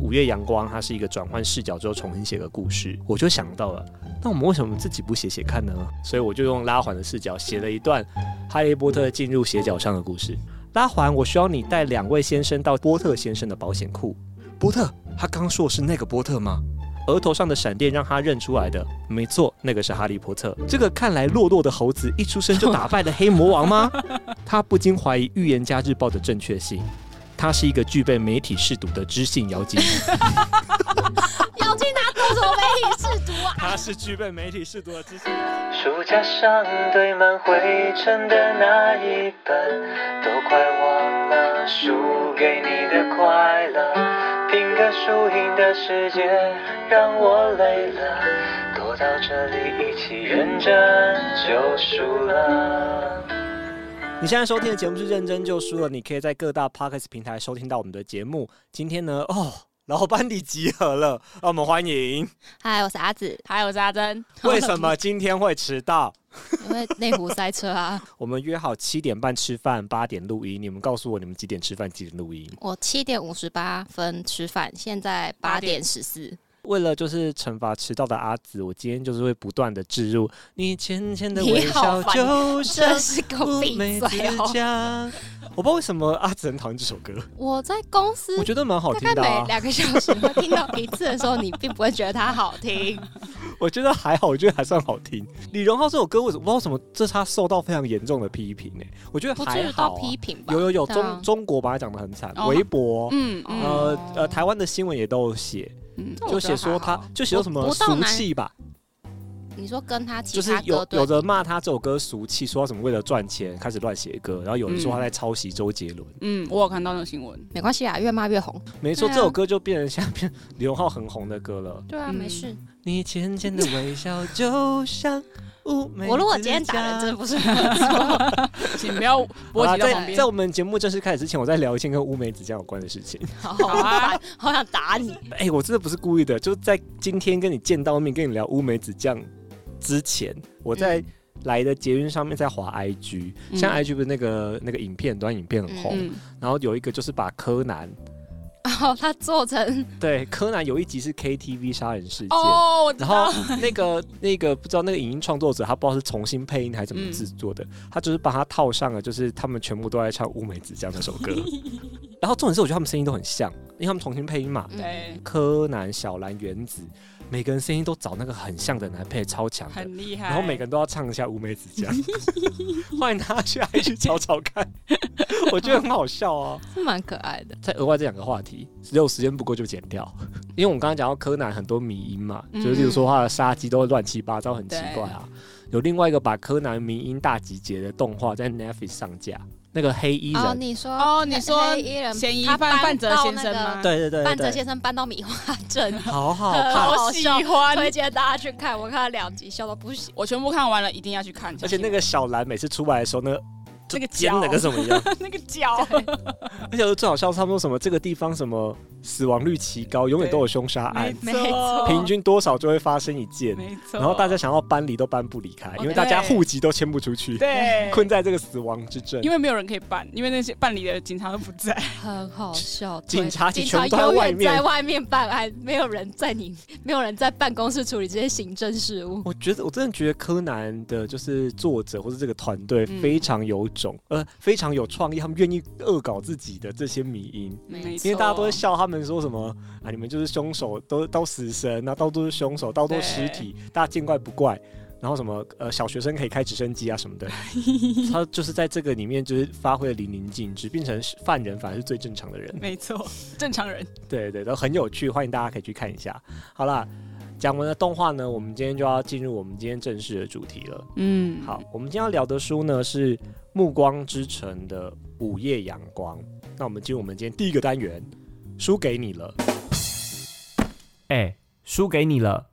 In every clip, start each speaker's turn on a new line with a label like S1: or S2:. S1: 五月阳光，它是一个转换视角之后重新写个故事，我就想到了，那我们为什么自己不写写看呢？所以我就用拉环的视角写了一段哈利波特进入斜角上的故事。拉环，我需要你带两位先生到波特先生的保险库。波特，他刚说是那个波特吗？额头上的闪电让他认出来的，没错，那个是哈利波特。这个看来落落的猴子一出生就打败了黑魔王吗？他不禁怀疑《预言家日报》的正确性。他是一个具备媒体试读的知性妖精。
S2: 要去拿多少媒体试读啊？
S1: 他是具备媒体试读的知性。
S3: 书架上堆满灰尘的那一本，都快忘了输给你的快乐。拼个输赢的世界让我累了，躲到这里一起认真就输了。
S1: 你现在收听的节目是《认真就输了》，你可以在各大 podcast 平台收听到我们的节目。今天呢，哦，老班底集合了，哦让我们欢迎。
S2: 嗨，我是阿紫，
S4: 还有扎针，
S1: 为什么今天会迟到？
S2: 因为内湖塞车啊，
S1: 我们约好七点半吃饭，八点录音。你们告诉我你们几点吃饭，几点录音？
S2: 我七点五十八分吃饭，现在八点十四。
S1: 为了就是惩罚迟到的阿紫，我今天就是会不断的置入你浅浅的微
S2: 你
S1: 笑
S2: 好烦
S1: 就
S2: 真
S1: 像
S2: 是个
S1: 乌
S2: 闭
S1: 梅子
S2: 嘴哦！
S1: 酱。我不知道为什么阿紫很讨厌这首歌，
S2: 我在公司
S1: 我觉得蛮好听
S2: 大概
S1: 的、啊
S2: 每。两个小时会听到一次的时候，你并不会觉得它好 听。
S1: 我觉得还好，我觉得还算好听。李荣浩这首歌，我不知道为什么，这是他受到非常严重的批评呢、我觉得
S2: 不
S1: 还
S2: 至于
S1: 好
S2: 到
S1: 啊、
S2: 批评吧？
S1: 有有有，
S2: 对
S1: 中、
S2: 啊
S1: 中国把它讲的很惨，
S4: 哦
S1: 微博。
S4: 嗯嗯
S1: 呃呃，台湾的新闻也都有写，
S4: 嗯，
S2: 那我
S1: 就写
S2: 觉得
S1: 说
S2: 还
S1: 他
S2: 好，
S1: 就写说什么
S2: 不到
S1: 俗
S2: 难
S1: 气吧，
S2: 你说跟他其
S1: 就是
S2: 他歌
S1: 有
S2: 对啊
S1: 有人骂他这首歌俗气，说他什么为了赚钱开始乱写歌，然后有人说他
S4: 嗯
S1: 在抄袭周杰伦。
S4: 嗯，我有看到那个新闻，
S2: 没关系啊，越骂越红。
S1: 没错，
S2: 对
S1: 这
S2: 啊
S1: 首歌就变成下面李荣浩很红的歌了。
S2: 对啊，
S4: 嗯
S2: 没事。
S1: 你浅浅的微笑就 像乌梅
S2: 我如果今天打人，真的不是很错。
S4: 请不要波
S1: 好啦
S4: 及到旁
S1: 在
S4: 边
S1: 在。我们节目正式开始之前，我在聊一件跟乌梅子酱有关的事情。
S2: 好
S4: 好啊
S2: 烦，好想打你。
S1: 哎、我真的不是故意的，就在今天跟你见到面，跟你聊乌梅子酱之前，我在
S2: 嗯
S1: 来的捷运上面在滑 IG，、
S4: 嗯
S1: 像 IG 不是那个那个影片短影片很红，
S4: 嗯，
S1: 然后有一个就是把柯南，
S2: 然后他做成
S1: 对，柯南有一集是 KTV 杀人事件。
S4: 哦，我知
S1: 然
S4: 道
S1: 后，那个那个不知道那个影音创作者他不知道是重新配音还是怎么
S4: 嗯
S1: 制作的，他就是把它套上了，就是他们全部都在唱乌梅子酱那首歌。 然后重点是我觉得他们声音都很像，因为他们重新配音
S2: 嗯
S1: 嘛。
S4: 对，
S1: 柯南、小兰、原子，每个人声音都找那个很像的来配，超强的。
S4: 很厉害。
S1: 然后每个人都要唱一下《乌梅子酱》， 欢迎大家去 IG 找找看， 我觉得很好笑啊。
S2: 是蛮可爱的。
S1: 再额外这两个话题，只有时间不够就剪掉， 因为我们刚刚讲到柯南很多迷音嘛，
S4: 嗯
S1: 就是例如说他的杀机都会乱七八糟，很奇怪啊。有另外一个把柯南迷音大集结的动画在 Netflix 上架，那个黑衣人，
S2: 哦，你说
S4: 哦，你说
S2: 黑衣人
S4: 嫌疑
S2: 他
S4: 犯
S2: 搬
S4: 范泽
S2: 到
S4: 先
S2: 那
S4: 生
S2: 个
S4: 吗？
S1: 对对对
S2: 半泽
S1: 对对，
S2: 先生搬到米花 镇，
S1: 好好
S2: 很
S1: 看。
S4: 好
S2: 好
S4: 喜
S2: 笑
S4: 欢
S2: 推荐大家去看。我看了两集，笑到不行。
S4: 我全部看完了，一定要去看。
S1: 而且那个小兰每次出来的时候，那个
S4: 那个
S1: 尖
S4: 脚
S1: 的跟什么一样，
S4: 那个脚，
S1: 而且最好笑是他们说什么这个地方什么死亡率奇高，永远都有凶杀案，
S4: 没
S2: 没
S4: 错，
S2: 错
S1: 平，均多少就会发生一件，
S4: 没错。
S1: 然后大家想要搬离都搬不离开，
S2: 哦
S1: 因为大家
S4: 对
S1: 户籍都迁不出去，
S4: 对，
S1: 困在这个死亡之阵
S4: 因。为没有人可以办，因为那些办理的警察都不 在。
S2: 很好笑，
S1: 警
S2: 对
S1: 察
S2: 警
S1: 全
S2: 察
S1: 部都在
S2: 永
S1: 外
S2: 远
S1: 面
S2: 在外面办案，没有人在你， 没有人在办公室处理这些行政事务。
S1: 我觉得我真的觉得柯南的就是作者或是这个团队
S4: 嗯
S1: 非常有种，呃，非常有创意，他们愿意恶搞自己的这些迷因。
S2: 没
S1: 因为大家都会笑他们说什么啊，你们就是凶手，都都死神啊，到处是凶手，到处是尸体，大家见怪不怪。然后什么呃，小学生可以开直升机啊什 么的，他就是在这个里面就是发挥的淋漓尽致，变成是犯人反而是最正常的人。
S4: 没错，正常人。
S1: 对对，都很有趣，欢迎大家可以去看一下。好啦，讲完了动画呢，我们今天就要进入我们今天正式的主题了。
S4: 嗯，
S1: 好，我们今天要聊的书呢是《暮光之城》的《午夜阳光》。那我们进入我们今天第一个单元，书给你了。
S5: 哎，输给你了。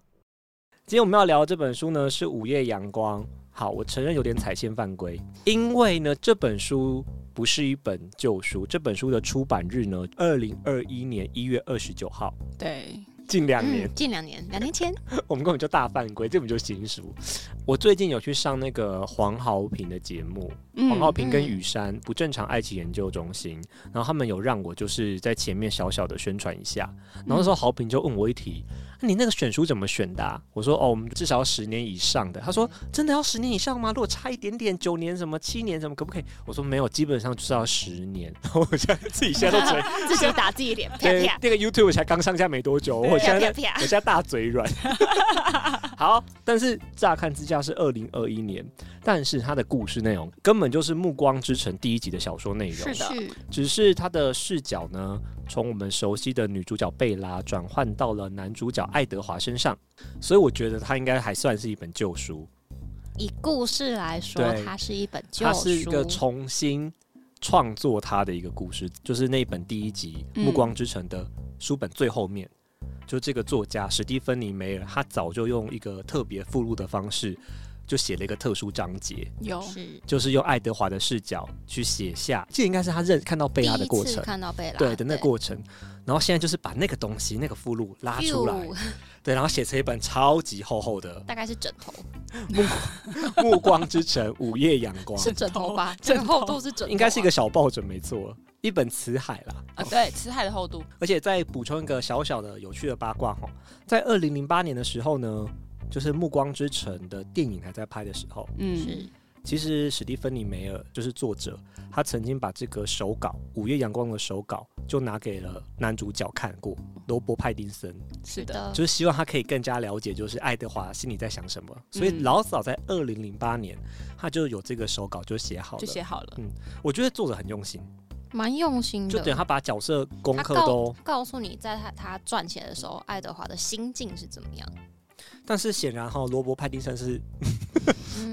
S1: 今天我们要聊的这本书呢是《午夜阳光》。好，我承认有点踩线犯规，因为呢这本书不是一本旧书，这本书的出版日呢，二零二一年一月二十九号，
S4: 对，
S1: 近两年、
S2: 嗯，近两年，两年前，
S1: 我们根本就大犯规，这本就行书。我最近有去上那个黄豪平的节目，黄浩平跟
S2: 嗯
S1: 雨山不正常爱情研究中心，然后他们有让我就是在前面小小的宣传一下，然后那时
S2: 嗯
S1: 候豪平就问我一题，啊你那个选书怎么选的啊、我说哦，我们至少要十年以上的。他说真的要十年以上吗？如果差一点点，九年什么，七年什么，可不可以？我说没有，基本上就是要十年。 然后我现在自己现在都嘴，
S2: 自己打自己脸，啪
S1: 对
S2: 啪，
S1: 那个 YouTube 才刚上架没多久，我现
S2: 啪
S1: 在
S2: 啪啪
S1: 我。现在大嘴软。 好，但是乍看之下是二零二一年，但是它的故事内容根本就是《暮光之城》第一集的小说内容，
S4: 嗯是的
S2: 是
S1: 只是它的视角呢，从我们熟悉的女主角贝拉转换到了男主角爱德华身上，所以我觉得它应该还算是一本旧书，
S2: 以故事来说
S1: 对，
S2: 它是一本旧
S1: 它
S2: 书，
S1: 是一个重新创作它的一个故事，就是那一本第一集《
S4: 嗯
S1: 暮光之城》的书本最后面。就这个作家史蒂芬妮梅尔，他早就用一个特别附录的方式，就写了一个特殊章节，
S4: 有
S2: 是
S1: 就是用爱德华的视角去写下，这应该是他认看到贝拉的过
S2: 第一次
S1: 程，
S2: 看到贝拉，
S1: 对的那个过程。然后现在就是把那个东西那个附录拉出来，
S2: Phew，
S1: 对，然后写成一本超级厚厚的
S2: 大概是枕头，
S1: 《暮光之城》午夜阳光，
S2: 是枕头吧？
S4: 枕
S2: 枕
S4: 头
S2: 头都是枕头啊，
S1: 应该是一个小报纸没错，一本辞海啦。
S4: 啊，对，辞海的厚度，
S1: 而且再补充一个小小的有趣的八卦哈，在二零零八年的时候呢，就是《暮光之城》的电影还在拍的时候，
S4: 嗯，
S2: 是
S1: 其实史蒂芬妮梅尔就是作者，他曾经把这个手稿《午夜阳光》的手稿就拿给了男主角看过罗伯·派丁森，
S4: 是的，
S2: 的
S1: 就，是希望他可以更加了解，就是爱德华心里在想什么。所以
S4: 嗯
S1: 老早在二零零八年，他就有这个手稿就写好了
S4: 就。写好了，
S1: 我觉得作者很用心，
S2: 蛮用心
S1: 就
S2: 的。
S1: 等他把角色功
S2: 他
S1: 课
S2: 告
S1: 都，
S2: 告诉你，在他他赚钱的时候，爱德华的心境是怎么样？
S1: 但是显然哈，罗伯·派丁森是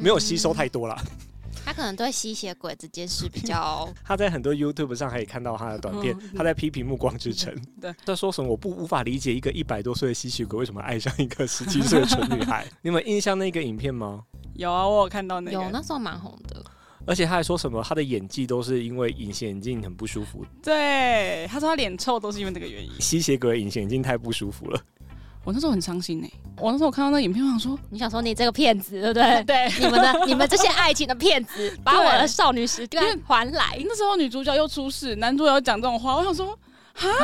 S1: 没有吸收太多啦。
S2: 嗯，他可能对吸血鬼这件事比较
S1: 他在很多 YouTube 上还可以看到他的短片，
S4: 嗯
S1: 他在批评《暮光之城》
S4: 对，
S1: 在说什么我不无法理解一个一百多岁的吸血鬼为什么爱上一个十七岁的蠢女 孩。你们有印象那个影片吗？
S4: 有啊，我有看到那
S2: 有
S4: 个，
S2: 那时候蛮红的，
S1: 而且他还说什么他的演技都是因为隐形眼镜很不舒服，
S4: 对，他说他脸臭都是因为这个原因。
S1: 吸血鬼的隐形眼镜太不舒服了。
S4: 我那时候很伤心呢、欸我那时候看到那影片，我想说，哎
S2: 你想说你这个骗子，对不 对？
S4: 对，
S2: 你们的你们这些爱情的骗子，把我的少女时 代
S4: 因为
S2: 还来！
S4: 那时候女主角又出事，男主角又讲这种话，我想说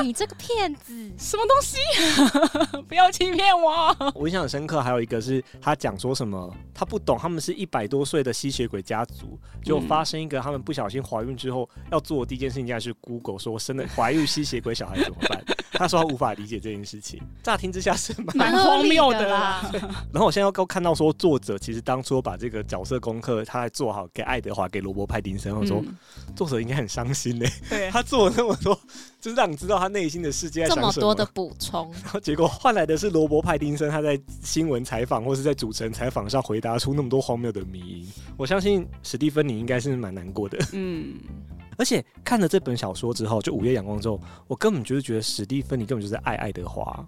S2: 你这个骗子，
S4: 什么东西， 不要欺骗我。
S1: 我印象很深刻，还有一个是他讲说什么他不懂，他们是一百多岁的吸血鬼家族，就
S4: 嗯
S1: 发生一个他们不小心怀孕之后要做的第一件事情，竟然是 Google 说生了怀孕吸血鬼小孩怎么办？他说他无法理解这件事情。乍听之下是蛮
S4: 蛮荒谬
S2: 蛮合理
S4: 的
S2: 的啦
S4: 啦。
S1: 然后我现在又看到说，作者其实当初把这个角色功课他还做好给爱德华、给罗伯·派丁森，我说、
S4: 嗯
S1: 作者应该很伤心嘞、
S4: 对，
S1: 他做了那么多，就是让你知道他内心的世界在
S2: 这
S1: 想什
S2: 么
S1: 么。
S2: 多的补充，
S1: 然后 结果换来的是罗伯·派丁森，他在新闻采访或是在主持人采访上回答出那么多荒谬的迷因。我相信史蒂芬妮应该是蛮难过的。
S4: 嗯，
S1: 而且看了这本小说之后，就《午夜阳光》之后，我根本就是觉得史蒂芬妮根本就是爱爱德华，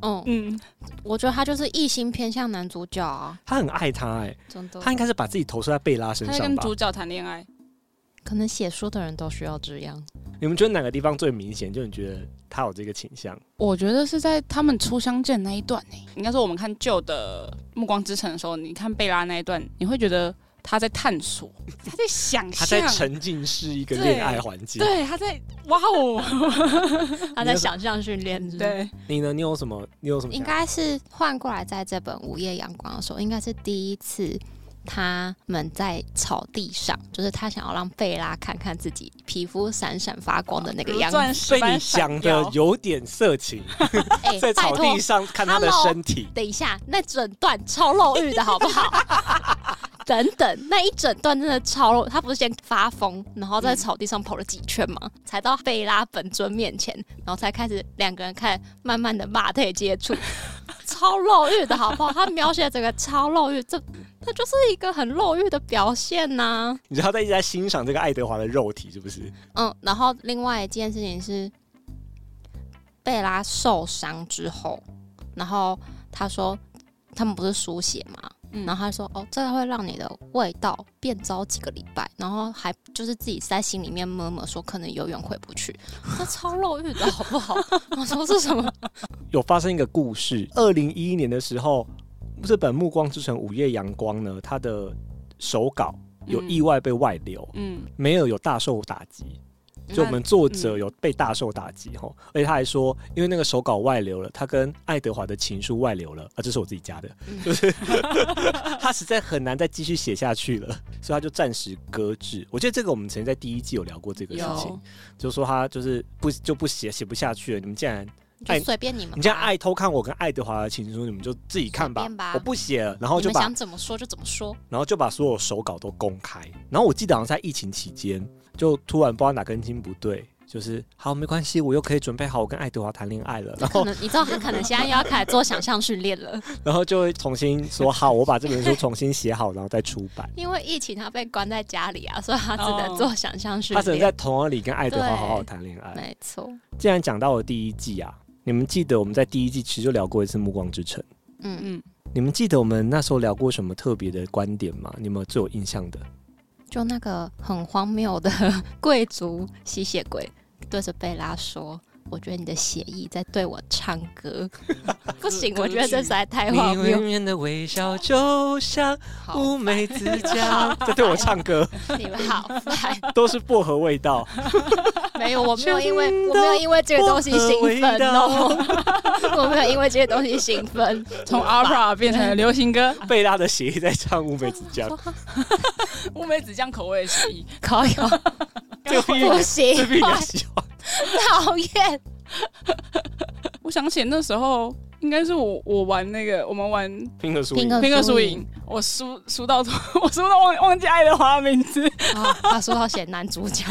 S2: 嗯，
S4: 嗯，
S2: 我觉得他就是一心偏向男主角啊，
S1: 他很爱他哎、
S2: 真的。
S1: 他应该是把自己投射在贝拉身
S4: 他在
S1: 上
S4: 跟
S1: 吧
S4: 主？角谈恋爱，
S2: 可能写书的人都需要这样。
S1: 你们觉得哪个地方最明显？就你觉得他有这个倾向？
S4: 我觉得是在他们初相见那一段欸呢、应该说我们看旧的《暮光之城》的时候，你看贝拉那一段，你会觉得他在探索， 他在想象，
S1: 他在沉浸式一个恋爱环境。
S4: 对，他在哇 哦，
S2: 他在想象训练是不是，
S4: 对，
S1: 你呢？你有什么？你有什么
S2: 应
S1: 想？
S2: 该是换过来，在这本《午夜阳光》的时候，应该是第一次他们在草地上，就是他想要让贝拉看看自己皮肤闪闪发光的那
S1: 啊
S2: 个
S4: 如
S2: 样子。
S4: 钻石
S1: 被
S4: 般
S1: 你讲
S4: 闪耀
S1: 的有点色情，
S2: 哎、
S1: 在
S2: 拜
S1: 草
S2: 托
S1: 地，上看他的
S2: Hello
S1: 身体。
S2: 等一下，那整段超肉欲的好不好？等等，那一整段真的超肉，他不是先发疯，然后在草地上跑了几圈吗？才到贝拉本尊面前，然后才开始两个人开始慢慢的骂腿接触，超肉欲的好不好？他描写整个超肉欲，这那就是一个很肉欲的表现呐、
S1: 你知道他一直在欣赏这个爱德华的肉体，是不是？
S2: 嗯，然后另外一件事情是，贝拉受伤之后，然后他说他们不是输血嘛，
S4: 嗯
S2: 然后他说哦，这个会让你的味道变糟几个礼拜，然后还就是自己在心里面摸摸说可能永远回不 去，那超肉欲的好不 好？我说是什么？
S1: 有发生一个故事，二零一一年的时候，日本《暮光之城》午夜阳光呢，它的手稿有意外被外流，
S4: 嗯，
S1: 梅尔有大受打击，
S2: 嗯
S1: 就我们作者有被大受打击哈，而且他还说，因为那个手稿外流了，他跟爱德华的情书外流了，啊，这是我自己加的，
S2: 嗯
S1: 就是他实在很难再继续写下去了，所以他就暂时搁置。我记得这个我们曾经在第一季有聊过这个事情
S4: 有，
S1: 就是说他就是不就不写写不下去了，你们竟然
S2: 就随便哎你们吧，
S1: 你这样爱偷看我跟爱德华的情书，你们就自己看
S2: 随
S1: 吧
S2: 便，吧
S1: 我不写了，然
S2: 你
S1: 后
S2: 们
S1: 就把
S2: 想怎么说就怎么 说，
S1: 然后就把所有手稿都公开。然后我记得好像在疫情期间，就突然不知道哪根筋不对，就是好没关系，我又可以准备好我跟爱德华谈恋爱了。 然
S2: 可
S1: 后
S2: 能你知道他可能现在又要开始做想象训练了，
S1: 然后就会重新说好，我把这本书重新写好，然后再出版。
S2: 因为疫情他被关在家里啊，所以他只能
S4: 哦
S2: 做想象训
S1: 他只能在
S2: 练。
S1: 同儿里跟爱德华
S2: 对
S1: 好好谈恋爱。
S2: 没错，
S1: 既然讲到了第一季啊，你们记得我们在第一季其实就聊过一次《暮光之城》。
S2: 嗯，
S4: 嗯，
S1: 你们记得我们那时候聊过什么特别的观点吗？你们有最有印象的？
S2: 就那个很荒谬的 贵族吸血鬼对着贝拉说。我觉得你的血液在对我唱 歌， 不行，我觉得这实在太荒谬。
S1: 远的微笑就像
S2: 好
S1: 乌梅子
S2: 酱
S1: 这对我唱歌
S2: 你们好 烦，
S1: 都是薄荷味 道。
S2: 没有，我没有因为我没有因为这个东西兴奋哦， 我没有因为这些东西兴奋。
S4: 从 opera 变成了流行歌，
S1: 贝拉的血液在唱乌梅子 酱，
S4: 乌梅子酱口味的协议，
S2: 烤友
S1: 这个
S2: 不
S1: 必
S2: 行
S1: 这，必然喜欢。
S2: 讨厌。
S4: 我想起那时候应该是我我玩那个我们玩
S1: 拼个输
S2: 拼
S1: 赢
S2: 个
S4: 那个输
S2: 输
S4: 赢
S2: 赢，
S4: 我输输到 我输到忘忘记爱德华的名字，
S2: 啊，他说到写男主角，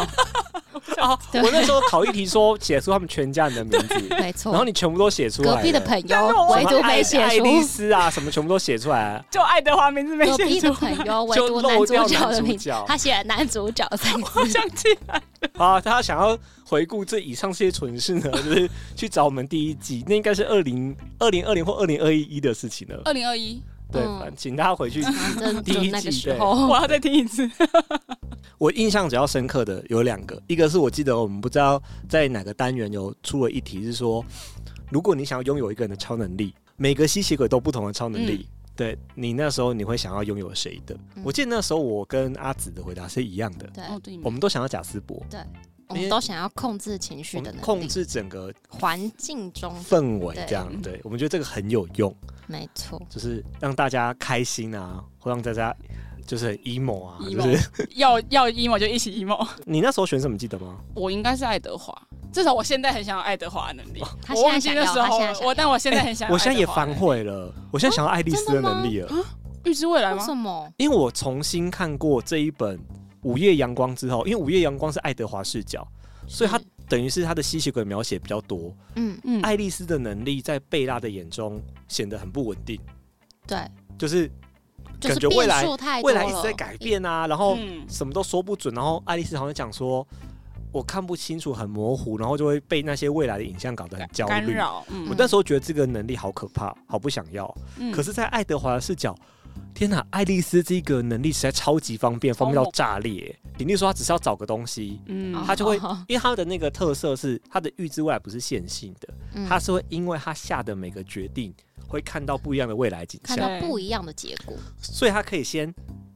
S1: 哦，
S2: 对
S1: 我那时候考一题说写出他们全家人的名字，
S2: 没
S1: 然后
S2: 错。
S1: 你全部都写出来了。
S2: 隔壁的朋
S4: 但是
S2: 友
S4: 我
S2: 唯独
S1: 什么
S2: 没写
S1: 爱爱
S2: 出，
S1: 丽丝啊，什么全部都写出来了。
S4: 就爱德华名字没
S2: 隔
S4: 写
S2: 壁的
S4: 出，
S2: 朋 友唯
S1: 就
S2: 独男
S1: 漏
S2: 主
S1: 掉
S2: 角
S1: 男
S2: 的
S1: 主
S2: 名字
S1: 角，
S2: 他写了男主角三 个
S4: 我想起来，
S1: 好，大啊家想要回顾这以上这些蠢事呢， 就是去找我们第一集，那应该是二零二零二零或二零二一的事情了。
S4: 二零二一，
S1: 对，
S2: 嗯
S1: 反正请大家回去。
S2: 字，
S1: 第
S2: 就
S1: 一季
S2: 就那个时
S4: 哦我
S2: 候，
S4: 要再听一次，
S1: 我印象比较深刻的有两个，一个是我记得我们不知道在哪个单元有出了一题，是说如果你想要拥有一个人的超能力，每个吸血鬼都不同的超能力。对你那时候你会想要拥有谁的？
S2: 嗯
S1: 我记得那时候我跟阿紫的回答是一样的，
S2: 对，
S4: 哦对，
S1: 我们都想要贾斯伯，
S2: 我们都想要控制情绪
S1: 我
S2: 的
S1: 们
S2: 能力，
S1: 控制整个
S2: 环境中，
S1: 氛围这样。
S4: 对
S1: 对，我们觉得这个很有用，
S2: 没错，
S1: 就是让大家开心啊，或让大家就是很 emo 啊，就
S4: emo
S1: 是
S4: 要要 emo 就一起 E emo。
S1: 你那时候选什么记得吗？
S4: 我应该是爱德华，至少我现在很想要爱德华的能力。
S2: 他
S4: 我
S2: 现在
S4: 忘记
S2: 想
S4: 那
S2: 要，
S4: 时
S2: 他
S4: 候
S2: 现在
S4: 了，
S2: 想
S4: 我但
S2: 要，
S4: 我现在很想要
S1: 哦哎我
S4: 爱德华的能力。哦
S1: 现在也反悔了，我现在想要爱丽丝的能力了，
S4: 啊预知未来
S2: 为
S4: 吗
S2: 什？么？
S1: 因为我重新看过这一本《午夜阳光》之后，因为《午夜阳光》是爱德华视角，所以他
S2: 是
S1: 等于是他的吸血鬼描写比较多。
S2: 嗯，
S4: 嗯，
S1: 爱丽丝的能力在贝拉的眼中显得很不稳定，
S2: 对，
S1: 就是
S2: 就
S1: 感
S2: 是
S1: 觉未来
S2: 变数太多
S1: 未来
S2: 了，
S1: 一直在改变啊，然后
S4: 嗯
S1: 什么都说不准，然后爱丽丝好像讲说。我看不清楚，很模糊，然后就会被那些未来的影像搞得很焦
S4: 干
S1: 虑。
S4: 扰。嗯
S1: 我那时候觉得这个能力好可怕，好不想要。
S4: 嗯
S1: 可是，在爱德华的视角，天哪，爱丽丝这个能力实在超级方便，
S4: 超
S1: 方
S4: 猛
S1: 便到炸裂。
S4: 哦
S1: 比例说，她只是要找个东西，
S4: 嗯
S2: 哦，
S1: 他就会
S2: 哦
S1: 因为她的那个特色是，她的预知未来不是线性的，
S2: 嗯
S1: 她是会因为她下的每个决定，会看到不一样的未来景
S2: 看
S1: 象，
S4: 嗯
S2: 到不一样的结果。
S1: 所以她可以先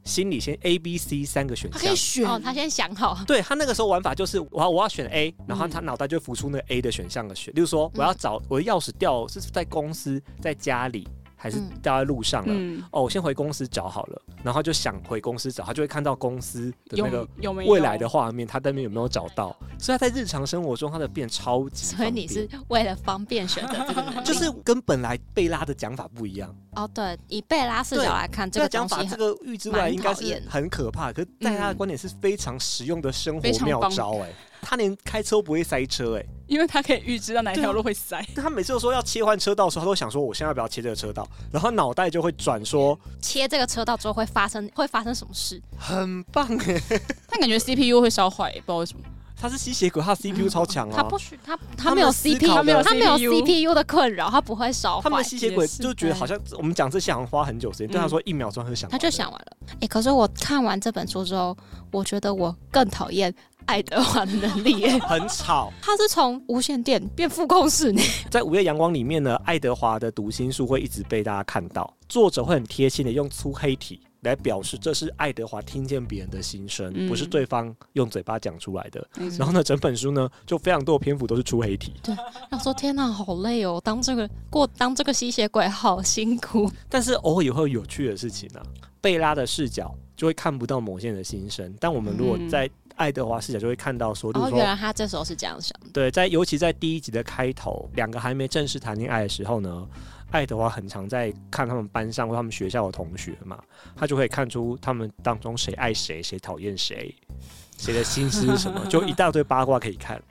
S1: 心里先 A、B、C 三个选
S4: 他可
S1: 项
S4: 以。选
S2: 哦，他先想好，
S1: 对她那个时候玩法就是，我要我要选 A，然后
S4: 嗯
S1: 她脑袋就浮出那个 A 的选项的选，例如说我要找我的钥匙掉是在公司、在家里，还是
S2: 嗯
S1: 掉在路上了？
S4: 嗯，
S1: 哦，我先回公司找好了，然后就想回公司找，他就会看到公司的那
S4: 有
S1: 个
S4: 有没有
S1: 未
S2: 哦
S1: 来的？画面，他那边有没有找到？所以他在日常生活中，他的变超级方
S2: 所以
S1: 便，
S2: 你是为了方便选择这 个能力，
S1: 就是跟本来贝拉的讲法不一样，
S2: 哦，对，以贝拉视角来看，
S1: 这
S2: 这
S1: 个
S2: 个
S1: 讲
S2: 东西
S1: 法
S2: 很
S1: 这个预知未来
S2: 蛮
S1: 应该
S2: 讨
S1: 是
S2: 厌
S1: 很可怕，可是在他的
S4: 嗯
S1: 观点是非常实用的生活
S4: 非常
S1: 妙
S4: 方
S1: 招哎、他连开车都不会塞车哎、
S4: 因为他可以预知到哪一条
S1: 对啊
S4: 路会塞。
S1: 但他每次都说要切换车道的时候，他都想说我现在要不要切这个车道，然后脑袋就会转说
S2: 切这个车道之后会发生会发生什么事？
S1: 很棒哎、
S4: 他感觉 CPU 会烧坏，不知道为什么。
S1: 他是吸血鬼，他 CPU 超强啊。
S2: 他不许他
S1: 他
S2: 他
S1: 们
S2: 没有
S1: 有思
S2: CPU，
S1: 考的
S2: 他没有
S4: CPU
S2: CPU 的困扰，他不会烧
S1: 他们
S2: 坏
S1: 的，吸血鬼
S4: 哦也是嗯
S1: 就觉得好像我们讲这些好像花很久时间，对他说一秒钟他就想完了，
S2: 他就想完了。哎、可是我看完这本书之后，我觉得我更讨厌爱德华的能力耶、
S1: 很吵。
S2: 他是从无线电变副控室 呢，
S1: 在《午夜阳光》里面呢，爱德华的读心术会一直被大家看到，作者会很贴心的用粗黑体来表示这是爱德华听见别人的心声，
S4: 嗯
S1: 不是对方用嘴巴讲出来的。
S4: 没错
S1: 然后呢，整本书呢就非常多的篇幅都是粗黑体，
S2: 他说：“天哪，好累哦，当这个过当这个吸血鬼好辛苦。
S1: 但是偶尔也会有有趣的事情啊。贝拉的视角就会看不到某些人的心声，但我们如果
S4: 嗯哦
S1: 在爱德华视角就会看到说，”例如
S2: 然后
S1: 说
S2: 原来他这时候是这样想，
S1: 对，在尤其在第一集的开头，两个还没正式谈恋爱的时候呢，爱德华很常在看他们班上或他们学校的同学嘛，他就可以看出他们当中谁爱谁，谁讨厌谁，谁的心思是什么，就一大堆八卦可以看。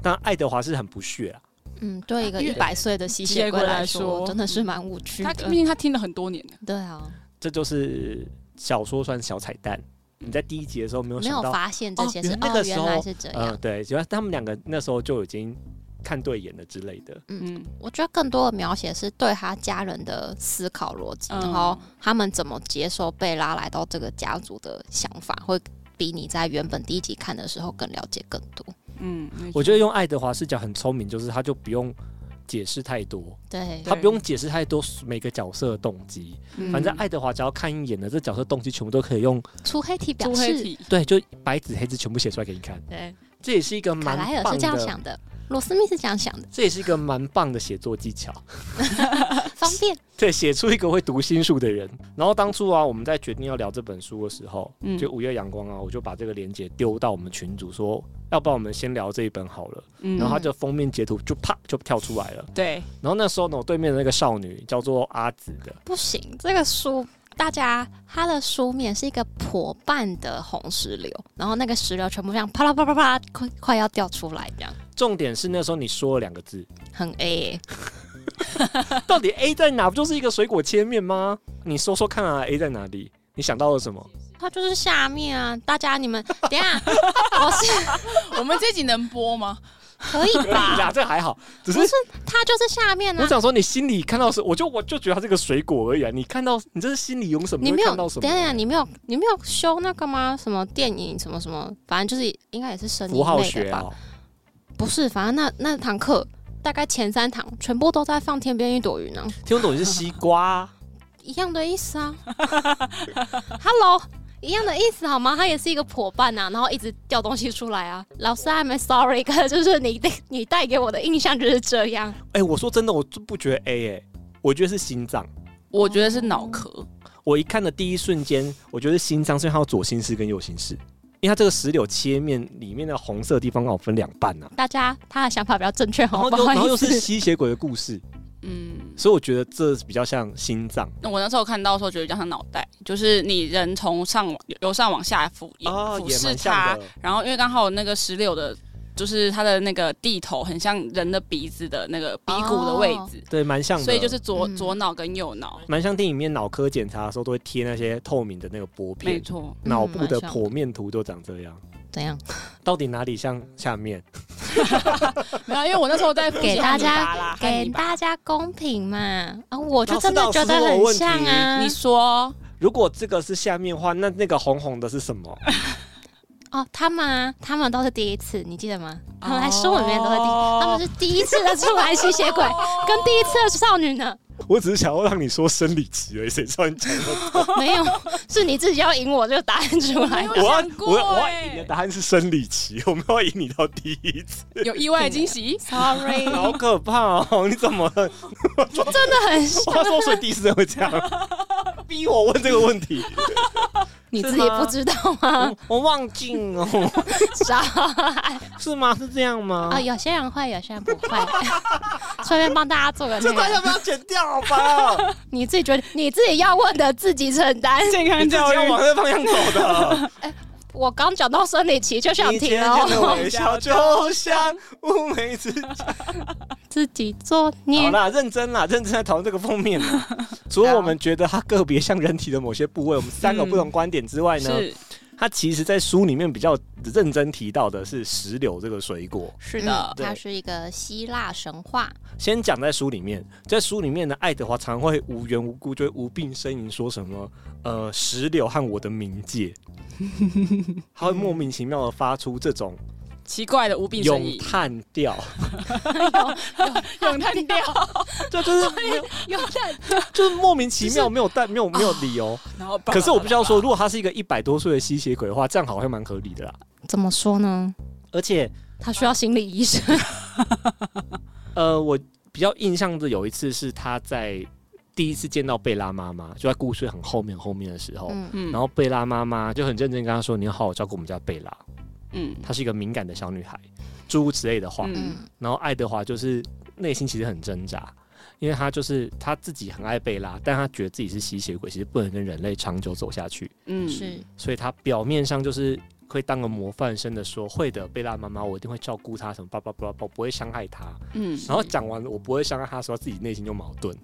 S1: 但爱德华是很不屑啊，
S2: 嗯，对一个
S4: 因
S2: 一
S4: 为
S2: 百岁的吸血鬼来说，真的是蛮无趣
S4: 他毕
S2: 的。
S4: 竟他听了很多年了，
S2: 对啊，
S1: 这就是小说算小彩蛋。你在第一集的时候没有
S2: 没
S1: 想
S2: 有
S1: 到，
S2: 发现这些
S1: 哦
S2: 事，
S1: 原来那个
S2: 哦，
S1: 时
S2: 原
S1: 候
S2: 来是这样
S1: 呃，。对，主要他们两个那时候就已经看对眼了之类的。
S4: 嗯，
S2: 我觉得更多的描写是对他家人的思考逻辑，
S4: 嗯
S2: 然后他们怎么接受贝拉来到这个家族的想法，会比你在原本第一集看的时候更了解更多。
S4: 嗯，没错
S1: 我觉得用爱德华视角很聪明，就是他就不用解释太多，
S2: 对，
S1: 他不用解释太多每个角色的动机，
S4: 嗯
S1: 反正爱德华只要看一眼的这角色动机，全部都可以用
S2: 出黑体表
S4: 朱黑
S2: 示，
S4: 体，
S1: 对，就白纸黑字全部写出来给你看。
S2: 对，
S1: 这也是一个
S2: 卡
S1: 蛮
S2: 莱尔
S1: 棒
S2: 是这样
S1: 的，
S2: 想的，罗斯密是这样想的，
S1: 这也是一个蛮棒的写作技巧。
S2: 方便。
S1: 对，写出一个会读心术的人。然后当初啊，我们在决定要聊这本书的时候，
S4: 嗯
S1: 就午夜阳光啊，我就把这个链接丢到我们群组说，要不然我们先聊这一本好了。
S4: 嗯
S1: 然后他就封面截图就啪就跳出来了。
S4: 对，
S1: 然后那时候呢，我对面的那个少女叫做阿紫的，
S2: 不行，这个书大家它的书面是一个破半的红石榴，然后那个石榴全部这样啪啦啪啦啪啦，快快要掉出来，这样
S1: 重点是那时候你说了两个字，
S2: 很 A，、
S1: 到底 A 在哪？不就是一个水果切面吗？你说说看啊，A 在哪里？你想到了什么？
S2: 它就是下面啊，大家 你们等一下，我是
S4: 我们这集能播吗？
S2: 可以吧？
S1: 呀，这还好，只是
S2: 啊不是，它就是下面
S1: 我
S2: 啊。
S1: 想说，你心里看到是，我就我就觉得它是个水果而已啊。你看到，你这是心里有什么？
S2: 你没有
S1: 看到什
S2: 等一下，
S1: 么？
S2: 你没有你没有修那个吗？什么电影什么什么，反正就是应该也是声
S1: 符
S2: 音
S1: 号
S2: 类
S1: 学
S2: 的吧？
S1: 啊，
S2: 不是，反正那那堂课大概前三堂全部都在放《天边一朵云》呢。
S1: 听不懂你是西瓜 啊，
S2: 一样的意 思啊。Hello，一样的意思好吗？它也是一个伙伴呐、啊，然后一直掉东西出来啊。老师，I'm sorry，可就是你的你带给我的印象就是这样。
S1: 哎、我说真的，我就不觉得 A 哎、我觉得是心脏。
S4: 我觉得是脑壳，
S1: 我一看的第一瞬间，我觉得是心脏，所以它有左心室跟右心室，因为它这个石榴切面里面的红色地方刚好分两半呐、啊。
S2: 大家他的想法比较正确，
S1: 然
S2: 好
S1: 后
S2: 哦不
S1: 又然后
S2: 好
S1: 又
S2: 意
S1: 是
S2: 思。
S1: 吸血鬼的故事，
S4: 嗯。
S1: 所以我觉得这比较像心脏。
S4: 那我那时候看到的时候，觉得叫他脑袋，就是你人从上往由上往下俯
S1: 哦，
S4: 俯
S1: 也
S4: 视
S1: 蛮像
S4: 它，
S1: 的。
S4: 然后因为刚好那个石榴的，就是它的那个地头很像人的鼻子的那个鼻骨的位置，
S1: 对，蛮哦像的。
S4: 所以就是左、
S2: 嗯
S4: 左脑跟右脑，
S1: 蛮像电影里面脑科检查的时候都会贴那些透明的那个玻
S4: 没
S1: 片，
S4: 错。
S2: 嗯
S1: 脑部的
S2: 蛮像
S1: 剖面图都长这样。
S2: 怎样？
S1: 到底哪里像下面？
S4: 没有，因为我那时候在
S2: 给大家给
S4: 给
S2: 大家公平嘛。啊，我就
S1: 老师
S2: 真的
S1: 老师
S2: 觉得
S1: 我有
S2: 很
S1: 问题
S2: 像啊
S4: 你。说
S1: 如果这个是下面的话，那那个红红的是什么？
S2: 哦，他们啊，他们都是第一次，你记得吗？
S1: 哦
S2: 他们来说我里面都是第，
S4: 哦
S2: 他们是第一次的出来吸 血鬼，跟第一次的少女呢。
S1: 我只是想要让你说生理期而已，谁知道你讲的？
S2: 没有，是你自己要赢我这个答案出来
S4: 没
S1: 我
S2: 的。
S4: 有
S1: 要
S4: 想过
S1: 我要我要
S4: 欸
S1: 赢你的答案是生理期，我们要赢你到第一次，
S4: 有意外的惊 喜
S2: Sorry，
S1: 好可怕哦！你怎么了？
S2: 真的很像，
S1: 话说，所以第四人会这样 逼我问这个问 题？
S2: 你自己不知道 吗？
S1: 我我忘记了，
S2: 傻
S1: 是吗？是这样吗？
S2: 啊，有些人会，有些人不 会。顺便帮大家做个
S1: 这
S2: 那
S1: 段要
S2: 个，
S1: 不要剪掉？好吧。
S2: 你自己觉得你自己要问的自己承担。
S4: 健康
S1: 你自己
S4: 教
S1: 要
S4: 育
S1: 往。这方向走 的。
S2: 我刚讲到生理期就想
S1: 你
S2: 停
S1: 甜
S2: 了
S1: 甜的
S2: 哦，
S1: 微笑就像乌梅子。
S2: 自己作
S1: 好
S2: 孽。
S1: 啦，认真啦，认真在讨论这个封面 啦。除了我们觉得它个别像人体的某些部位，我们三个不同观点之外呢，
S4: 是
S1: 他其实在书里面比较认真提到的是石榴这个水果。
S4: 是的
S2: 嗯，它
S1: 对
S2: 是一个希腊神话，
S1: 先讲在书里面，在书里面呢，爱德华常会无缘无故就会无病呻吟，说什么呃石榴和我的冥 界，他会莫名其妙的发出这种
S4: 奇怪的无病呻
S1: 咏
S4: 吟，
S1: 叹调，
S4: 咏叹调，
S1: 这就是没有
S2: 有点
S1: 就是啊莫名其妙没有带没有没有理由。
S4: 然后叭
S1: 可是我必须要说，
S4: 叭叭
S1: 如果他是一个一百多岁的吸血鬼的话，这样好像蛮合理的啦。
S2: 怎么说呢？
S1: 而且
S2: 他需要心理医生，
S1: 呃，我比较印象的有一次是他在第一次见到贝拉妈妈，就在故事很后面很后面的时候，
S2: 嗯，
S4: 叭叭
S1: 然后贝拉妈妈就很认真跟他说：“你要好好照顾我们家贝拉，
S4: 嗯
S1: 她是一个敏感的小女孩。”诸如此类的话。
S4: 嗯嗯，
S2: 嗯，
S1: 然后爱德华就是内心其实很挣扎，因为他就是他自己很爱贝拉，但他觉得自己是吸血鬼，其实不能跟人类长久走下去，
S4: 嗯
S2: 是，
S1: 所以他表面上就是。会当个模范生的说，会的，贝拉妈妈，我一定会照顾她，什么叭叭叭叭，我不会伤害她。
S4: 嗯
S1: 然后讲完我不会伤害她的时候，自己内心就矛盾，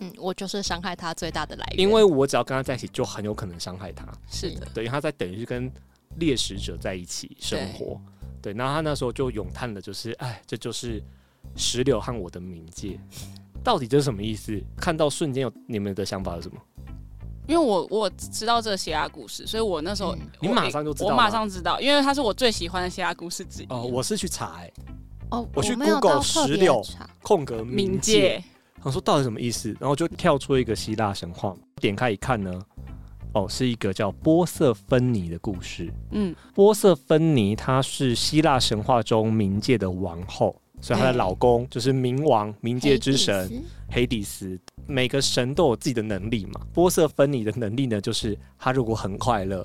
S2: 嗯，我就是伤害他最大的来源，
S1: 因为我只要跟她在一起，就很有可能伤害她。
S4: 是的，
S1: 对，因为他在等于是跟猎食者在一起生活。对，然后他那时候就咏叹的就是，哎，这就是石榴和我的冥界，到底这是什么意思？看到瞬间有你们的想法是什么？
S4: 因为我我知道这个希腊故事，所以我那时候
S2: 嗯
S1: 你
S4: 我
S1: 马上就知道
S4: 我
S1: 吗
S4: 马上知道，因为它是我最喜欢的希腊故事之一。
S1: 哦，我是去查、哎，
S2: 哦，
S1: 我去
S2: 没有到
S1: Google
S2: 特别
S1: 16
S2: 查
S1: 空格
S4: 冥
S1: 冥界，
S4: 界，
S1: 我说到底什么意思？然后就跳出一个希腊神话，点开一看呢，哦，是一个叫波瑟芬尼的故事。
S4: 嗯
S1: 波瑟芬妮她是希腊神话中冥界的王后，所以她的
S4: 嗯
S1: 老公就是冥王、冥界之神
S2: 黑帝斯
S1: 黑帝斯。每个神都有自己的能力嘛。波瑟芬妮的能力呢，就是她如果很快乐，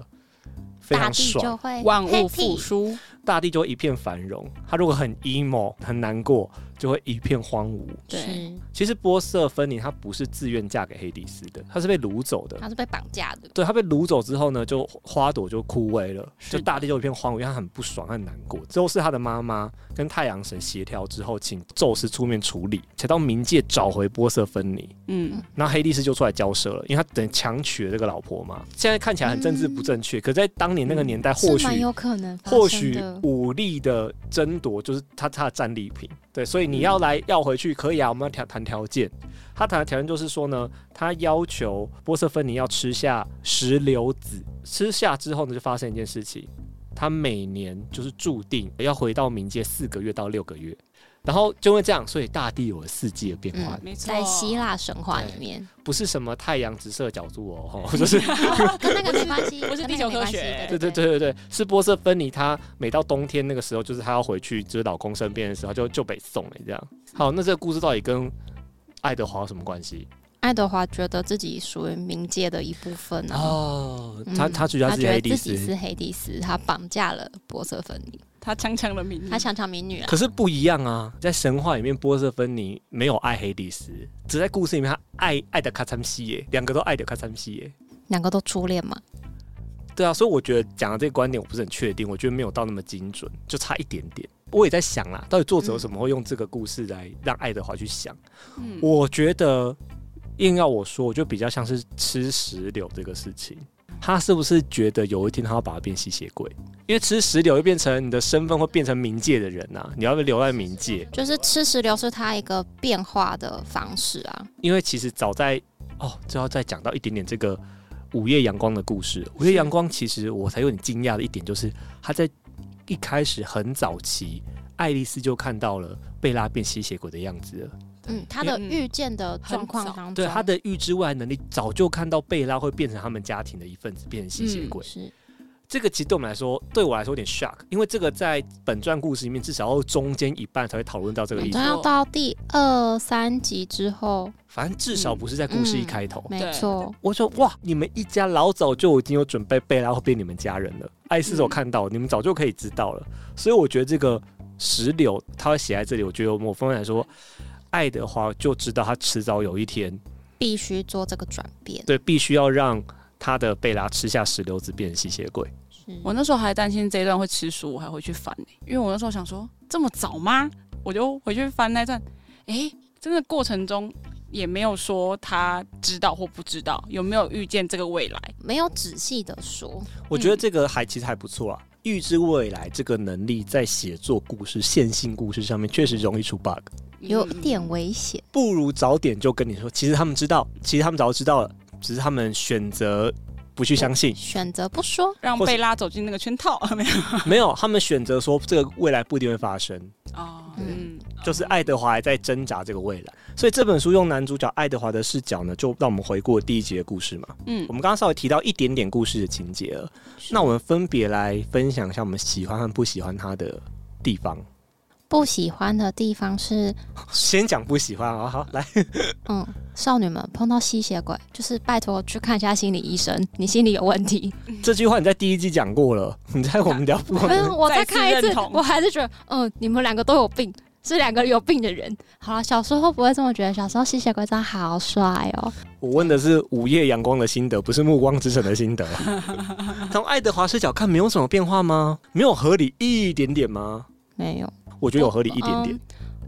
S1: 非
S2: 大
S1: 常
S2: 地就
S1: 爽，
S2: 会
S4: 万物
S2: happy
S4: 复苏，
S1: 大地就会一片繁荣；她如果很 emo、很难过，就会一片荒芜。
S4: 对，
S2: 是，
S1: 其实波瑟芬妮她不是自愿嫁给黑帝斯的，她是被掳走的。
S2: 他是被绑架的，
S1: 对，她被掳走之后呢，就花朵就枯萎了，
S4: 是
S1: 就
S4: 的
S1: 大地就一片荒芜，因为她很不爽，她很难过。最后是她的妈妈跟太阳神协调之后，请宙斯出面处理，才到冥界找回波瑟芬妮。
S4: 嗯
S1: 然后黑帝斯就出来交涉了，因为他等于强娶了这个老婆嘛。现在看起来很政治不正确，可在当年那个年代，或
S2: 嗯是
S1: 许
S2: 蛮有可能发生的，
S1: 或许武力的争夺就是他他的战利品，对，所以你要来要回去可以啊，我们要谈谈条件。他谈的条件就是说呢，他要求波瑟芬尼要吃下石榴籽，吃下之后呢，就发生一件事情，他每年就是注定要回到冥界四个月到六个月，然后就会这样，所以大地有了四季的变化，
S2: 嗯
S4: 没错，
S2: 在希腊神话里面，
S1: 不是什么太阳直射的角度哦，吼就是
S2: 跟那个没关系，
S4: 不是
S2: 跟那个
S4: 地球科学
S2: 没关系
S1: 对对对，对对，
S2: 嗯
S1: 是波瑟芬妮，她每到冬天那个时候，就是她要回去，就是老公身边的时候，她就就被送了这样。好，那这个故事到底跟爱德华有什么关系？
S2: 爱德华觉得自己属于冥界的一部分啊。
S1: 哦
S2: 嗯
S1: 他他觉得
S2: 他
S1: 他自己
S2: 觉
S1: 黑
S2: 得
S1: 帝
S2: 自己
S1: 斯，
S2: 是黑帝斯，他绑架了波瑟芬妮，
S4: 他锵锵的名义，
S2: 他强抢民女啊。
S1: 可是不一样啊，在神话里面，波瑟芬妮没有爱黑帝斯，只在故事里面她爱爱的卡参西耶，两个都爱的卡参西耶。
S2: 两个都初恋嘛，
S1: 对啊，所以我觉得讲的这个观点我不是很确定，我觉得没有到那么精准，就差一点点。我也在想啦，到底作者有什么会用这个故事来让爱德华去想？
S4: 嗯
S1: 我觉得硬要我说，我就比较像是吃石榴这个事情。他是不是觉得有一天他要把它变吸血鬼？因为吃石榴会变成你的身份会变成冥界的人呐、你要不要留在冥界？
S2: 就是吃石榴是他一个变化的方式啊。
S1: 因为其实早在哦，就要再讲到一点点这个午夜阳光的故事。午夜阳光其实我才有点惊讶的一点就是，他在一开始很早期，爱丽丝就看到了贝拉变吸血鬼的样子了。
S2: 嗯，啊他的预见的状况
S4: 很早
S2: 当中，
S1: 对他的预知未来能力，早就看到贝拉会变成他们家庭的一份子，变成吸血
S4: 嗯
S1: 鬼。
S2: 是
S1: 这个其实对我们来说，对我来说有点 shock，因为这个在本传故事里面至少要中间一半才会讨论到这个
S2: 反
S1: 议
S2: 正
S1: 题，
S2: 要到第二三集之后，
S1: 反正至少不是在故事一开
S4: 哦
S1: 头。
S2: 没错，
S1: 我说哇，你们一家老早就已经有准备贝拉会变你们家人了，爱斯手
S4: 嗯
S1: 看到，你们早就可以知道了。所以我觉得这个石榴他会写在这里，我觉得某方面来说，爱德华就知道他迟早有一天
S2: 必须做这个转变。
S1: 对，必须要让他的贝拉吃下石榴籽变成吸血鬼。
S2: 是
S4: 我那时候还担心这一段会吃书，我还回去翻呢、因为我那时候想说这么早吗？我就回去翻那一段，诶，真的过程中也没有说他知道或不知道，有没有预见这个未来。
S2: 没有仔细的说，
S1: 我觉得这个还其实还不错啊。预知未来这个能力在写作故事、线性故事上面确实容易出 bug，
S2: 有
S4: 嗯
S2: 点危险。，
S1: 不如早点就跟你说，其实他们知道，其实他们早就知道了，只是他们选择不去相信
S2: 选择不说，
S4: 让
S1: 或是
S4: 贝拉走进那个圈套， 没
S2: 嗯
S4: 有
S1: 没有，他们选择说这个未来不一定会发生，
S4: 啊？
S2: 嗯
S4: 嗯，
S1: 就是爱德华还在挣扎这个未来。所以这本书用男主角爱德华的视角呢，就让我们回顾第一集的故事嘛。
S4: 嗯
S1: 我们刚刚稍微提到一点点故事的情节了，那我们分别来分享一下我们喜欢和不喜欢他的地方。
S2: 不喜欢的地方是，
S1: 先讲不喜欢啊，好，来，
S2: 嗯，少女们碰到吸血鬼，就是拜托去看一下心理医生，你心理有 问题。
S1: 这句话你在第一季讲过了， 你在我们聊不完
S2: 没有，
S1: 的。
S2: 我再
S4: 再次
S2: 看一次
S4: 认同，
S2: 我还是觉得，嗯，你们两个都有病，是两个有病的人。好了，小时候不会这么觉得，小时候吸血鬼真的好帅哦。
S1: 我问的是午夜阳光的心得，不是暮光之城的心得。从爱德华视角看，没有什么变化吗？没有合理一点点吗？
S2: 没有，
S1: 我觉得有合理一点点
S2: 嗯。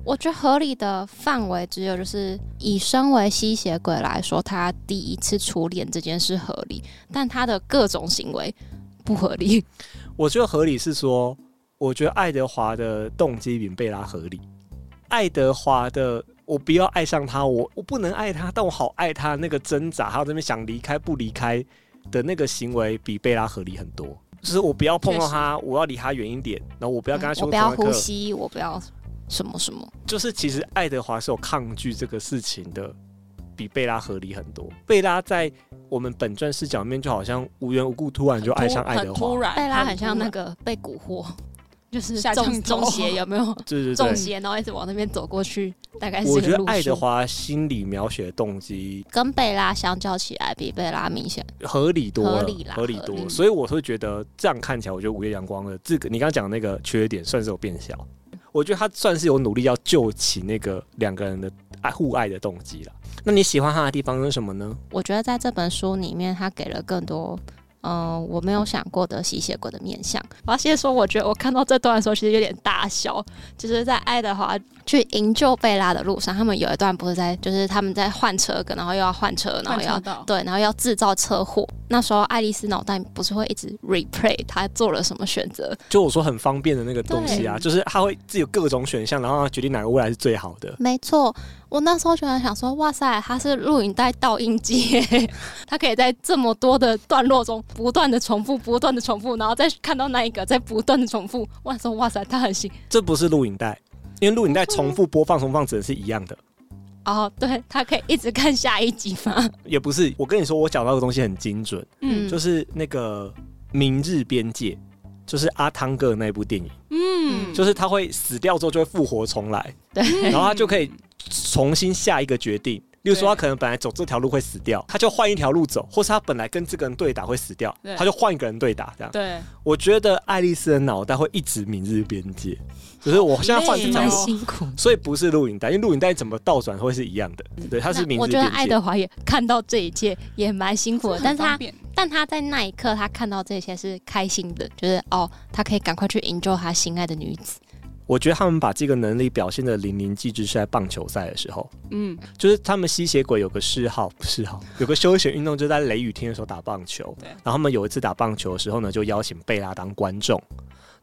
S2: 我觉得合理的范围只有就是以身为吸血鬼来说，他第一次初恋这件事合理，但他的各种行为不合理。
S1: 我觉得合理是说，我觉得爱德华的动机比贝拉合理。爱德华的我不要爱上他，我我不能爱他，但我好爱他。那个挣扎，还有这边想离开不离开的那个行为，比贝拉合理很多。就是我不要碰到他，我要离他远一点，然后我不要跟他
S2: 嗯我
S1: 兄
S2: 不
S1: 弟同
S2: 要
S1: 一
S2: 呼
S1: 个。
S2: 吸，我不要什么什么。
S1: 就是其实爱德华是有抗拒这个事情的，比贝拉合理很多。贝拉在我们本传视角里面，就好像无缘无故突然就爱上爱德
S4: 很突
S1: 华，
S4: 然，
S2: 贝拉很
S4: 突
S2: 像那
S4: 然
S2: 个被蛊惑，就是
S4: 下降
S2: 中
S4: 头
S2: 中 邪有没有？
S1: 对对
S2: 中
S1: 对。
S2: 邪，然后一直往那边走过去，大概是
S1: 我
S2: 这
S1: 觉
S2: 个
S1: 得
S2: 路
S1: 爱德
S2: 数。
S1: 华心理描写的动机
S2: 跟贝拉相较起来，比贝拉明显。
S1: 合理多了，
S2: 合理啦
S1: 多
S2: 合理
S1: 所以我会觉得这样看起来，我觉得《午夜阳光》的这个你刚刚讲的那个缺点算是有变小。我觉得他算是有努力要救起那个两个人的爱互爱的动机了。那你喜欢他的地方是什么呢？
S2: 我觉得在这本书里面，他给了更多。嗯，我没有想过的吸血鬼的面相。我要先说，我觉得我看到这段的时候，其实有点大笑。就是在爱德华去营救贝拉的路上，他们有一段不是在，就是他们在换车跟，然后又要换车，然后
S4: 换
S2: 又要
S4: 车道，
S2: 对，然后要制造车祸。那时候爱丽丝脑袋不是会一直 replay 她做了什么选择，
S1: 就我说很方便的那个东西啊，
S4: 对
S1: 就是他会自己有各种选项，然后他决定哪个未来是最好的。
S2: 没错，我那时候就很想说，哇塞，它是录影带倒映机耶， 它可以在这么多的段落中不断的重复，不断的重复，然后再看到那一个，再不断的重复。哇塞，哇塞，它很行
S1: 这不是录影带，因为录影
S2: 啊
S1: 带重复播放、重放只能是一样的。
S2: 哦，对，它可以一直看下一集吗？
S1: 也不是，我跟你说，我讲到的东西很精准，
S4: 嗯
S1: 就是那个《明日边界》，就是阿汤哥的那一部电影，
S4: 嗯，
S1: 就是他会死掉之后就会复活重来，
S2: 对，
S1: 然后他就可以重新下一个决定。例如说，他可能本来走这条路会死掉，他就换一条路走，或是他本来跟这个人对打会死掉
S4: 对，
S1: 他就换一个人对打这样。
S4: 对，
S1: 我觉得爱丽丝的脑袋会一直明日边界，只是我现在换
S4: 累
S1: 这
S4: 哦
S1: 条
S2: 蛮
S1: 路，
S2: 辛苦。
S1: 所以不是录影带，因为录影带怎么倒转会是一样的，对，它是明
S2: 我
S1: 日
S2: 觉得
S1: 边
S2: 爱
S1: 界。
S2: 德华也看到这一切，也蛮辛苦的，但是
S4: 很
S2: 他
S4: 方便
S2: 但他在那一刻，他看到这些是开心的，就是哦，他可以赶快去营救他心爱的女子。
S1: 我觉得他们把这个能力表现的淋漓尽致是在棒球赛的时候，
S4: 嗯，
S1: 就是他们吸血鬼有个嗜好，不是嗜好，有个休闲运动，就是在雷雨天的时候打棒球。
S4: 对
S1: 然后他们有一次打棒球的时候呢，就邀请贝拉当观众。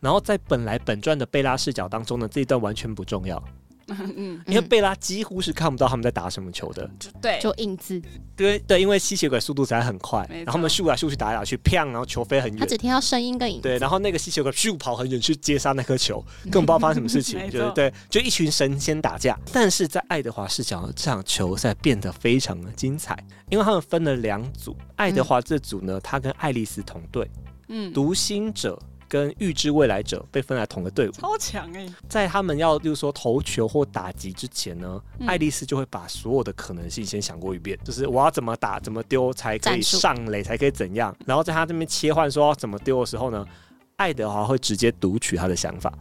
S1: 然后在本来本传的贝拉视角当中呢，这一段完全不重要，
S4: 嗯，
S1: 因为
S2: 嗯
S1: 贝拉几乎是看不到他们在打什么球的。
S4: 就对，
S2: 就硬字，
S1: 对对，因为吸血鬼速度实在很快，
S4: 没错
S1: 然后他们咻来咻去打来打去，砰，然后球飞很
S2: 他
S1: 远。
S2: 只听到声音跟影子。
S1: 对，然后那个吸血鬼咻跑很远去接杀那颗球，根本不知道发生什么事情，
S4: 没
S1: 就是
S4: 错
S1: 对，就一群神仙打架。但是在爱德华视角，这场球赛变得非常的精彩，因为他们分了两组，爱德华这组呢，他跟爱丽丝同队，
S4: 嗯，
S1: 读心者。跟预知未来者被分来同个队伍，
S4: 超强哎，
S1: 在他们要就是说投球或打击之前呢，
S4: 嗯
S1: 爱丽丝就会把所有的可能性先想过一遍，就是我要怎么打、怎么丢才可以
S2: 战术
S1: 上垒，才可以怎样。然后在他这边切换说要怎么丢的时候呢，爱德华会直接读取他的想法，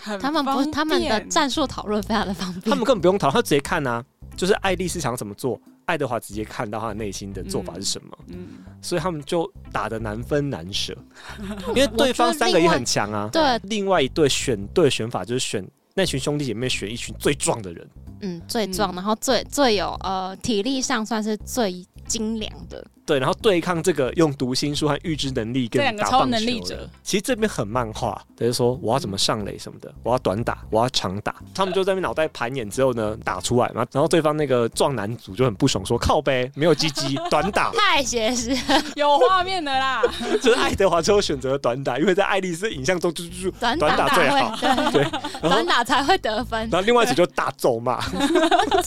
S4: 很
S2: 他们不，
S4: 方
S2: 他们的
S4: 便
S2: 战术讨论非常的方
S1: 他
S2: 便
S1: 们。根本不用讨论，他直接看啊，就是爱丽丝想怎么做，爱德华直接看到他的内心的做法是什么，
S4: 嗯，
S1: 所以他们就打得难分难舍，因为对方三个也很强啊。
S2: 对，
S1: 另外一对选对选法就是选那群兄弟姐妹选一群最壮的人，
S2: 嗯，最壮，然后最最有呃体力上算是最精良的。
S1: 对，然后对抗这个用读心术和预知能力跟
S4: 这两个
S1: 打
S4: 超
S1: 棒
S4: 能
S1: 球
S4: 力
S1: 的
S4: 者，
S1: 其实这边很漫画，就是说我要怎么上垒什么的，我要短打，我要长打，他们就在那边脑袋盘演之后呢打出来嘛，然后对方那个壮男组就很不爽说靠呗，没有鸡鸡，短打，
S2: 太写实，
S4: 有画面 的啦，
S1: 就是爱德华最后选择了短打，因为在爱丽丝影像中就就就
S2: 短
S1: 短打
S2: 打
S1: 最
S2: 才
S1: 好
S2: 会，对，
S1: 对，然后
S2: 短打才会得分。
S1: 然后另外一组就大咒 骂，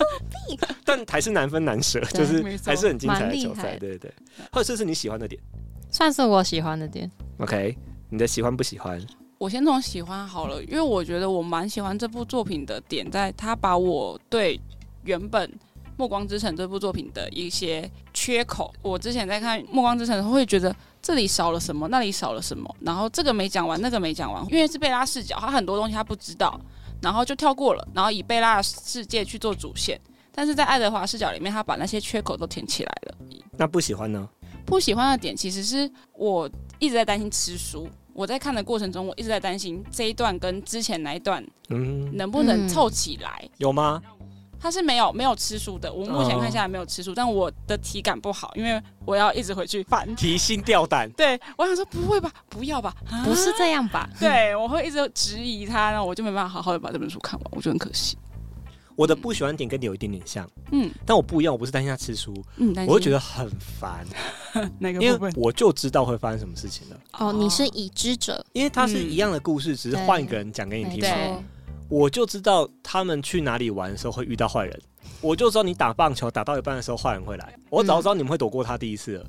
S1: 但还是难分难舍，
S2: 对
S1: 就是
S4: 没错
S1: 还是很精彩的
S2: 蛮厉
S1: 球赛，
S2: 害的
S1: 对对对，或者这是你喜欢的点
S2: 算是我喜欢的点。
S1: ，OK，你的喜欢不喜欢？
S4: 我先从喜欢好了，因为我觉得我蛮喜欢这部作品的点，在它把我对原本《暮光之城》这部作品的一些缺口，我之前在看《暮光之城》的时候会觉得这里少了什么，那里少了什么，然后这个没讲完，那个没讲完，因为是贝拉视角，他很多东西他不知道，然后就跳过了，然后以贝拉的世界去做主线。但是在爱德华视角里面，他把那些缺口都填起来了。
S1: 那不喜欢呢？
S4: 不喜欢的点其实是我一直在担心吃书。我在看的过程中，我一直在担心这一段跟之前那一段
S1: 嗯，
S4: 能不能
S2: 嗯
S4: 凑起来。
S1: 有吗？
S4: 它是没有没有吃书的，我目前
S1: 哦
S4: 看下来没有吃书，但我的体感不好，因为我要一直回去翻。
S1: 提心吊胆，
S4: 对，我想说不会吧，不要吧，啊
S2: 不是这样吧？
S4: 对，我会一直质疑它，然后我就没办法好好的把这本书看完，我觉得很可惜。
S1: 我的不喜欢点跟你有一点点像，
S4: 嗯
S1: 但我不一样，我不是担心他吃书，
S4: 嗯，担心
S1: 我会觉得很烦，
S4: 哪个
S1: 因
S4: 部
S1: 为
S4: 分？
S1: 我就知道会发生什么事情了，
S2: 哦，你是已知者，
S1: 因为它是
S4: 嗯
S1: 一样的故事，只是
S2: 对
S1: 换一个人讲哦给你
S2: 没
S1: 听
S4: 错
S1: 嘛。
S2: 错。
S1: 我就知道他们去哪里玩的时候会遇到坏人，我就知道你打棒球打到一半的时候坏人会来，我早知道你们会躲过他第一次了。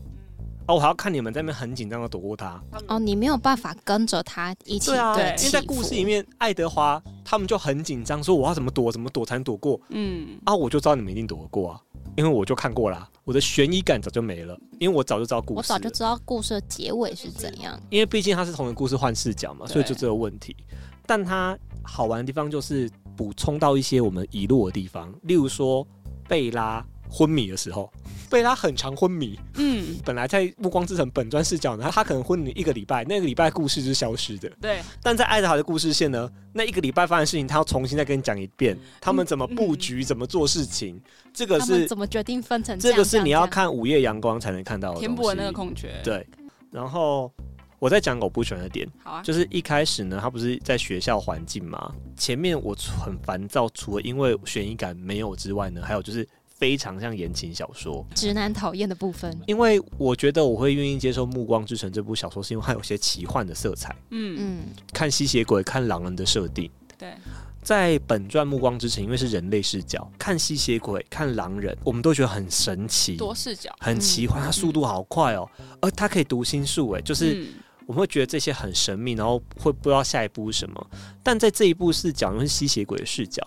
S1: 哦，我还要看你们在那边很紧张的躲过他。
S2: 哦，你没有办法跟着他一起
S1: 啊
S4: 对
S1: 因为在故事里，面，爱德华他们就很紧张，说我要怎么躲，怎么躲才能躲过
S4: 嗯，
S1: 啊？我就知道你们一定躲得过啊，因为我就看过啦、我的悬疑感早就没了，因为我早就知道故事了。
S2: 我早就知道故事的结尾是怎样。
S1: 因为毕竟它是同一个故事换视角嘛，
S4: 对
S1: 所以就这个问题。但它好玩的地方就是补充到一些我们遗落的地方，例如说贝拉昏迷的时候，贝拉很常昏迷。
S4: 嗯，
S1: 本来在《暮光之城》本传视角呢，他可能昏迷一个礼拜，那个礼拜故事是消失的。
S4: 对，
S1: 但在爱德华的故事线呢，那一个礼拜发生的事情，他要重新再跟你讲一遍，他们怎么布局，怎么做事情，这个
S2: 嗯他们
S1: 是
S2: 怎么决定分成
S1: 这
S2: 样
S1: 个是你要
S2: 这样
S1: 看《午夜阳光》才能看到的东西。
S4: 填补了那个空缺。，
S1: 对，然后我再讲我不喜欢的点。
S4: 好啊，
S1: 就是一开始呢，他不是在学校环境嘛，前面我很烦躁，除了因为悬疑感没有之外呢，还有就是非常像言情小说。
S2: 这样直男讨厌的部分？
S1: 因为我觉得我会愿意接受《暮光之城》这部小说，是因为它有些奇幻的色彩，
S4: 嗯，
S2: 嗯，
S1: 看吸血鬼、看狼人的设定。
S4: 对，
S1: 嗯在本传《暮光之城》，因为是人类视角，看吸血鬼、看狼人，我们都觉得很神奇、
S4: 多视角
S1: 很奇幻，它速度好快哦，而它可以读心术，哎，就是
S4: 嗯
S1: 我们会觉得这些很神秘，然后会不知道下一步是什么。但在这一步是讲的是吸血鬼的视角，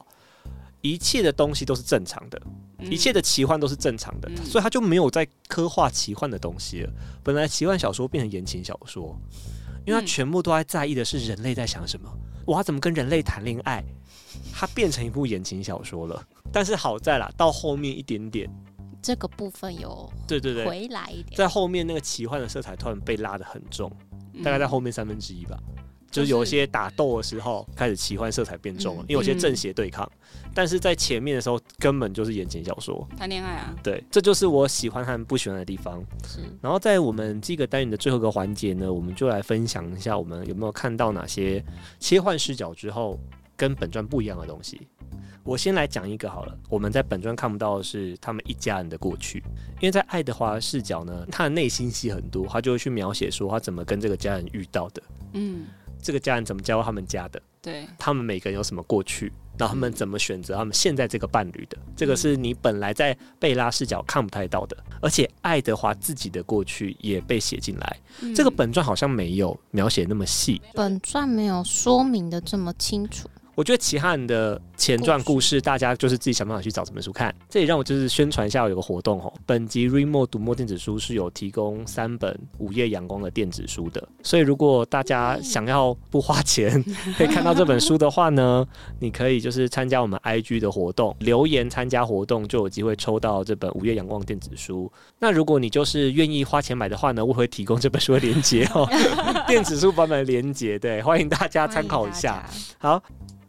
S1: 一切的东西都是正常的，
S4: 嗯
S1: 一切的奇幻都是正常的，
S4: 嗯
S1: 所以他就没有在刻画奇幻的东西了。本来奇幻小说变成言情小说，因为他
S4: 嗯
S1: 全部都在在意的是人类在想什么，我要怎么跟人类谈恋爱，它变成一部言情小说了。但是好在啦，到后面一点点，
S2: 这个部分有
S1: 对对对，
S2: 回来一点。
S1: 在后面那个奇幻的色彩突然被拉得很重。
S4: 嗯
S1: 大概在后面三分之一吧。就
S4: 就是
S1: 是有一些打斗的时候，开始奇幻色彩变重了，因
S2: 嗯
S1: 为有些正邪对抗，但是在前面的时候根本就是言情小说。
S4: 谈恋爱啊，
S1: 对，这就是我喜欢和不喜欢的地方。
S2: 是
S1: 然后在我们这个单元的最后一个环节呢，我们就来分享一下我们有没有看到哪些切换视角之后跟本传不一样的东西。我先来讲一个好了，我们在本传看不到的是他们一家人的过去，因为在爱德华的视角呢，他的内心戏很多，他就会去描写说他怎么跟这个家人遇到的，
S4: 嗯，
S1: 这个家人怎么加入他们家的，
S4: 对，
S1: 他们每个人有什么过去，然后他们怎么选择他们现在这个伴侣的，这个
S4: 嗯
S1: 是你本来在贝拉视角看不太到的，而且爱德华自己的过去也被写进来。这个
S4: 嗯
S1: 本传好像没有描写那么细，
S2: 本传没有说明的这么清楚。
S1: 我觉得其他人的前传故事，大家就是自己想办法去找这本书看。这也让我就是宣传一下有个活动哦，本集 Remo 读墨电子书是有提供三本《午夜阳光》的电子书的，所以如果大家想要不花钱可以看到这本书的话呢， 你可以就是参加我们 IG 的活动，留言参加活动就有机会抽到这本《午夜阳光》电子书。那如果你就是愿意花钱买的话呢，我会提供这本书的 链接哦，电子书版本的链接，对，欢迎大家参考一下。好，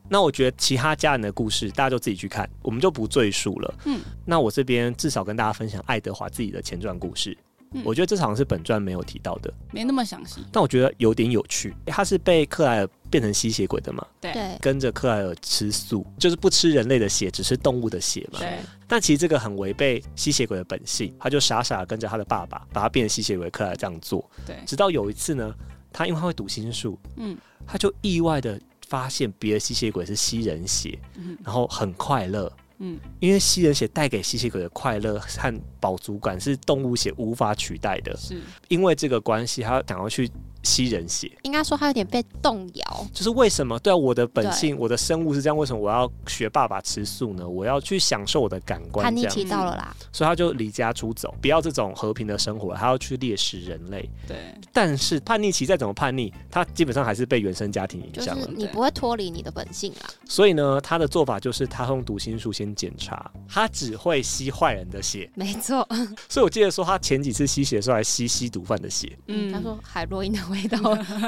S1: 那我觉得其他家人的故事，大家就自己去看，我们就不赘述了。
S4: 嗯，
S1: 那我这边至少跟大家分享爱德华自己的前传故事。
S4: 嗯
S1: 我觉得这好像是本传没有提到的，
S4: 没那么详细。
S1: 但我觉得有点有趣。他是被克莱尔变成吸血鬼的嘛，
S2: 对，
S1: 跟着克莱尔吃素，就是不吃人类的血，只吃动物的血嘛。
S4: 对，
S1: 但其实这个很违背吸血鬼的本性，他就傻傻地跟着他的爸爸，把他变成吸血鬼克莱尔这样做。
S4: 对，
S1: 直到有一次呢，他因为他会读心术，
S4: 嗯
S1: 他就意外的发现别的吸血鬼是吸人血，
S4: 嗯
S1: 然后很快乐。
S4: 嗯，
S1: 因为吸人血带给吸血鬼的快乐和饱足感是动物血无法取代的。
S4: 是
S1: 因为这个关系，他想要去吸人血，
S2: 应该说他有点被动摇，
S1: 就是为什么对、啊、我的本性，我的生物是这样，为什么我要学爸爸吃素呢？我要去享受我的感官
S2: 叛逆
S1: 这样，
S2: 期到了啦。
S1: 所以他就离家出走，不要这种和平的生活了，他要去猎食人类。
S4: 对，
S1: 但是叛逆期再怎么叛逆，他基本上还是被原生家庭影
S2: 就是
S1: 响了。
S2: 你不会脱离你的本性啦，
S1: 所以呢，他的做法就是他用读心术先检查，他只会吸坏人的血。
S2: 没错。
S1: 所以我记得说，他前几次吸血的时候还吸吸毒贩的 血，
S4: 嗯，
S2: 他说海洛因的味 道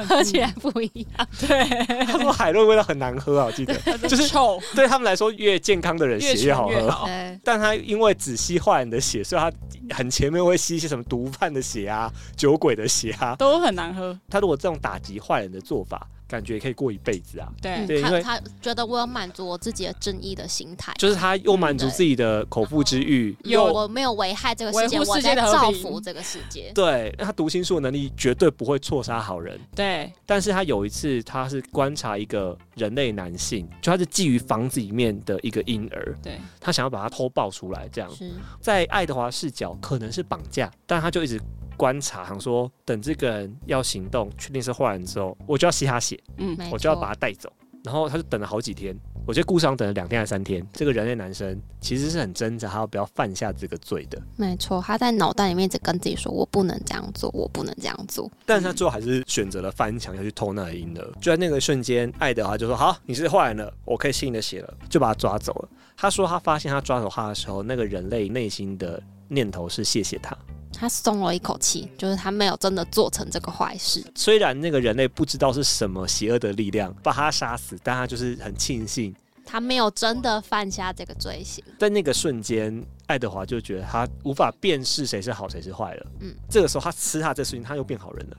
S2: 喝起来不一样，
S4: 对，
S1: 哎他说海洛因味道很难喝啊，我记 得。就是
S4: 臭，
S1: 对他们来说，越健康的人
S4: 越
S1: 血越
S4: 纯
S1: 好喝。
S4: 越好。
S2: 对，
S1: 但他因为只吸坏人的血，所以他很前面会吸一些什么毒贩的血啊、酒鬼的血啊。
S4: 都很难喝，
S1: 他如果这种打击坏人的做法，感觉也可以过一辈子啊。
S4: 对，
S2: 嗯
S1: 对因
S2: 他
S1: 为
S2: 他觉得我有满足我自己的正义的心态，
S1: 就是他又满足自己的口腹之欲，
S4: 有
S2: 我没有危害这个世界，
S4: 维护
S2: 我
S4: 世界
S2: 在
S4: 的和
S2: 造
S4: 平
S2: 福这个世界。
S1: 对，那他读心术的能力绝对不会错杀好人。
S4: 对，
S1: 但是他有一次，他是观察一个人类男性，就他是觊觎房子里面的一个婴儿，
S4: 对，
S1: 他想要把他偷抱出来，这样
S2: 是，
S1: 在爱德华视角可能是绑架，但他就一直观察，想说等这个人要行动，确定是坏人之后，我就要吸他血，
S4: 嗯，
S2: 没
S1: 我就要
S2: 错
S1: 把他带走。然后他就等了好几天，我觉得顾上等了两天还是三天。这个人类男生其实是很挣扎，他要不要犯下这个罪的，
S2: 没错，他在脑袋里面一直跟自己说：“我不能这样做，我不能这样做。
S1: 但是他最后还是选择了翻墙要去偷那个婴儿。就在那个瞬间，爱德华就说：“好，你是坏人了，我可以吸你的血了。”就把他抓走了。他说他发现他抓走他的时候，那个人类内心的念头是谢谢他。”
S2: 他松了一口气，就是他没有真的做成这个坏事。
S1: 虽然那个人类不知道是什么邪恶的力量把他杀死，但他就是很庆幸，
S2: 他没有真的犯下这个罪行，
S1: 在那个瞬间，爱德华就觉得他无法辨识谁是好谁是坏了。嗯
S2: 嗯，
S1: 这个时候他吃他这事情，他又变好人了。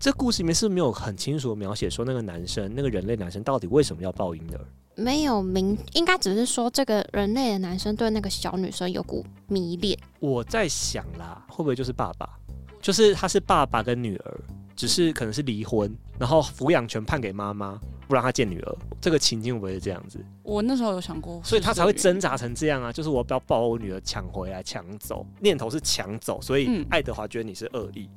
S1: 这故事里面是没有很清楚的描写说那个男生，那个人类男生到底为什么要抱婴儿？
S2: 没有明，应该只是说这个人类的男生对那个小女生有股迷恋，
S1: 我在想啦，会不会就是爸爸？就是他是爸爸跟女儿，只是可能是离婚，然后抚养权判给妈妈，不让他见女儿。这个情境会不会是这样子？
S4: 我那时候有想过，
S1: 所以他才会挣扎成这样啊！就是我不要把我女儿抢回来、抢走，念头是抢走，所以
S4: 嗯
S1: 爱德华觉得你是恶意，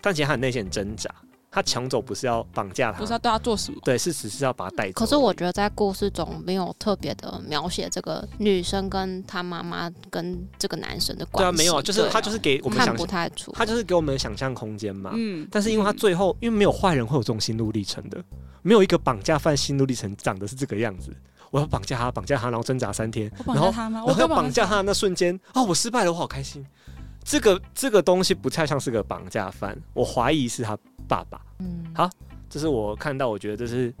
S1: 但其实他很内心很挣扎。他抢走不是要绑架他，
S4: 不知道对他做什么，
S1: 对，是只是要把他带走。
S2: 可是我觉得在故事中没有特别的描写这个女生跟她妈妈跟这个男生的
S1: 对
S2: 关
S1: 啊，
S2: 系，
S1: 没有啊，就是
S2: 对
S1: 他就是给我们
S2: 看
S1: 想
S2: 不
S1: 象，
S2: 太出，
S1: 他就是给我们想象空间嘛。
S4: 嗯，
S1: 但是因为他
S4: 嗯
S1: 最后，因为没有坏人会有这种心路历程的，没有一个绑架犯心路历程长得是这个样子。我要绑架他，绑架他，然后挣扎三天，
S4: 我绑
S1: 然
S4: 架
S1: 后
S4: 他吗？
S1: 然
S4: 我
S1: 后要
S4: 干嘛
S1: 绑架他的那瞬间，哦，我失败了，我好开心。这个这个东西不太像是个绑架犯，我怀疑是他爸爸。
S2: 嗯
S1: 好这是我看到，我觉得这是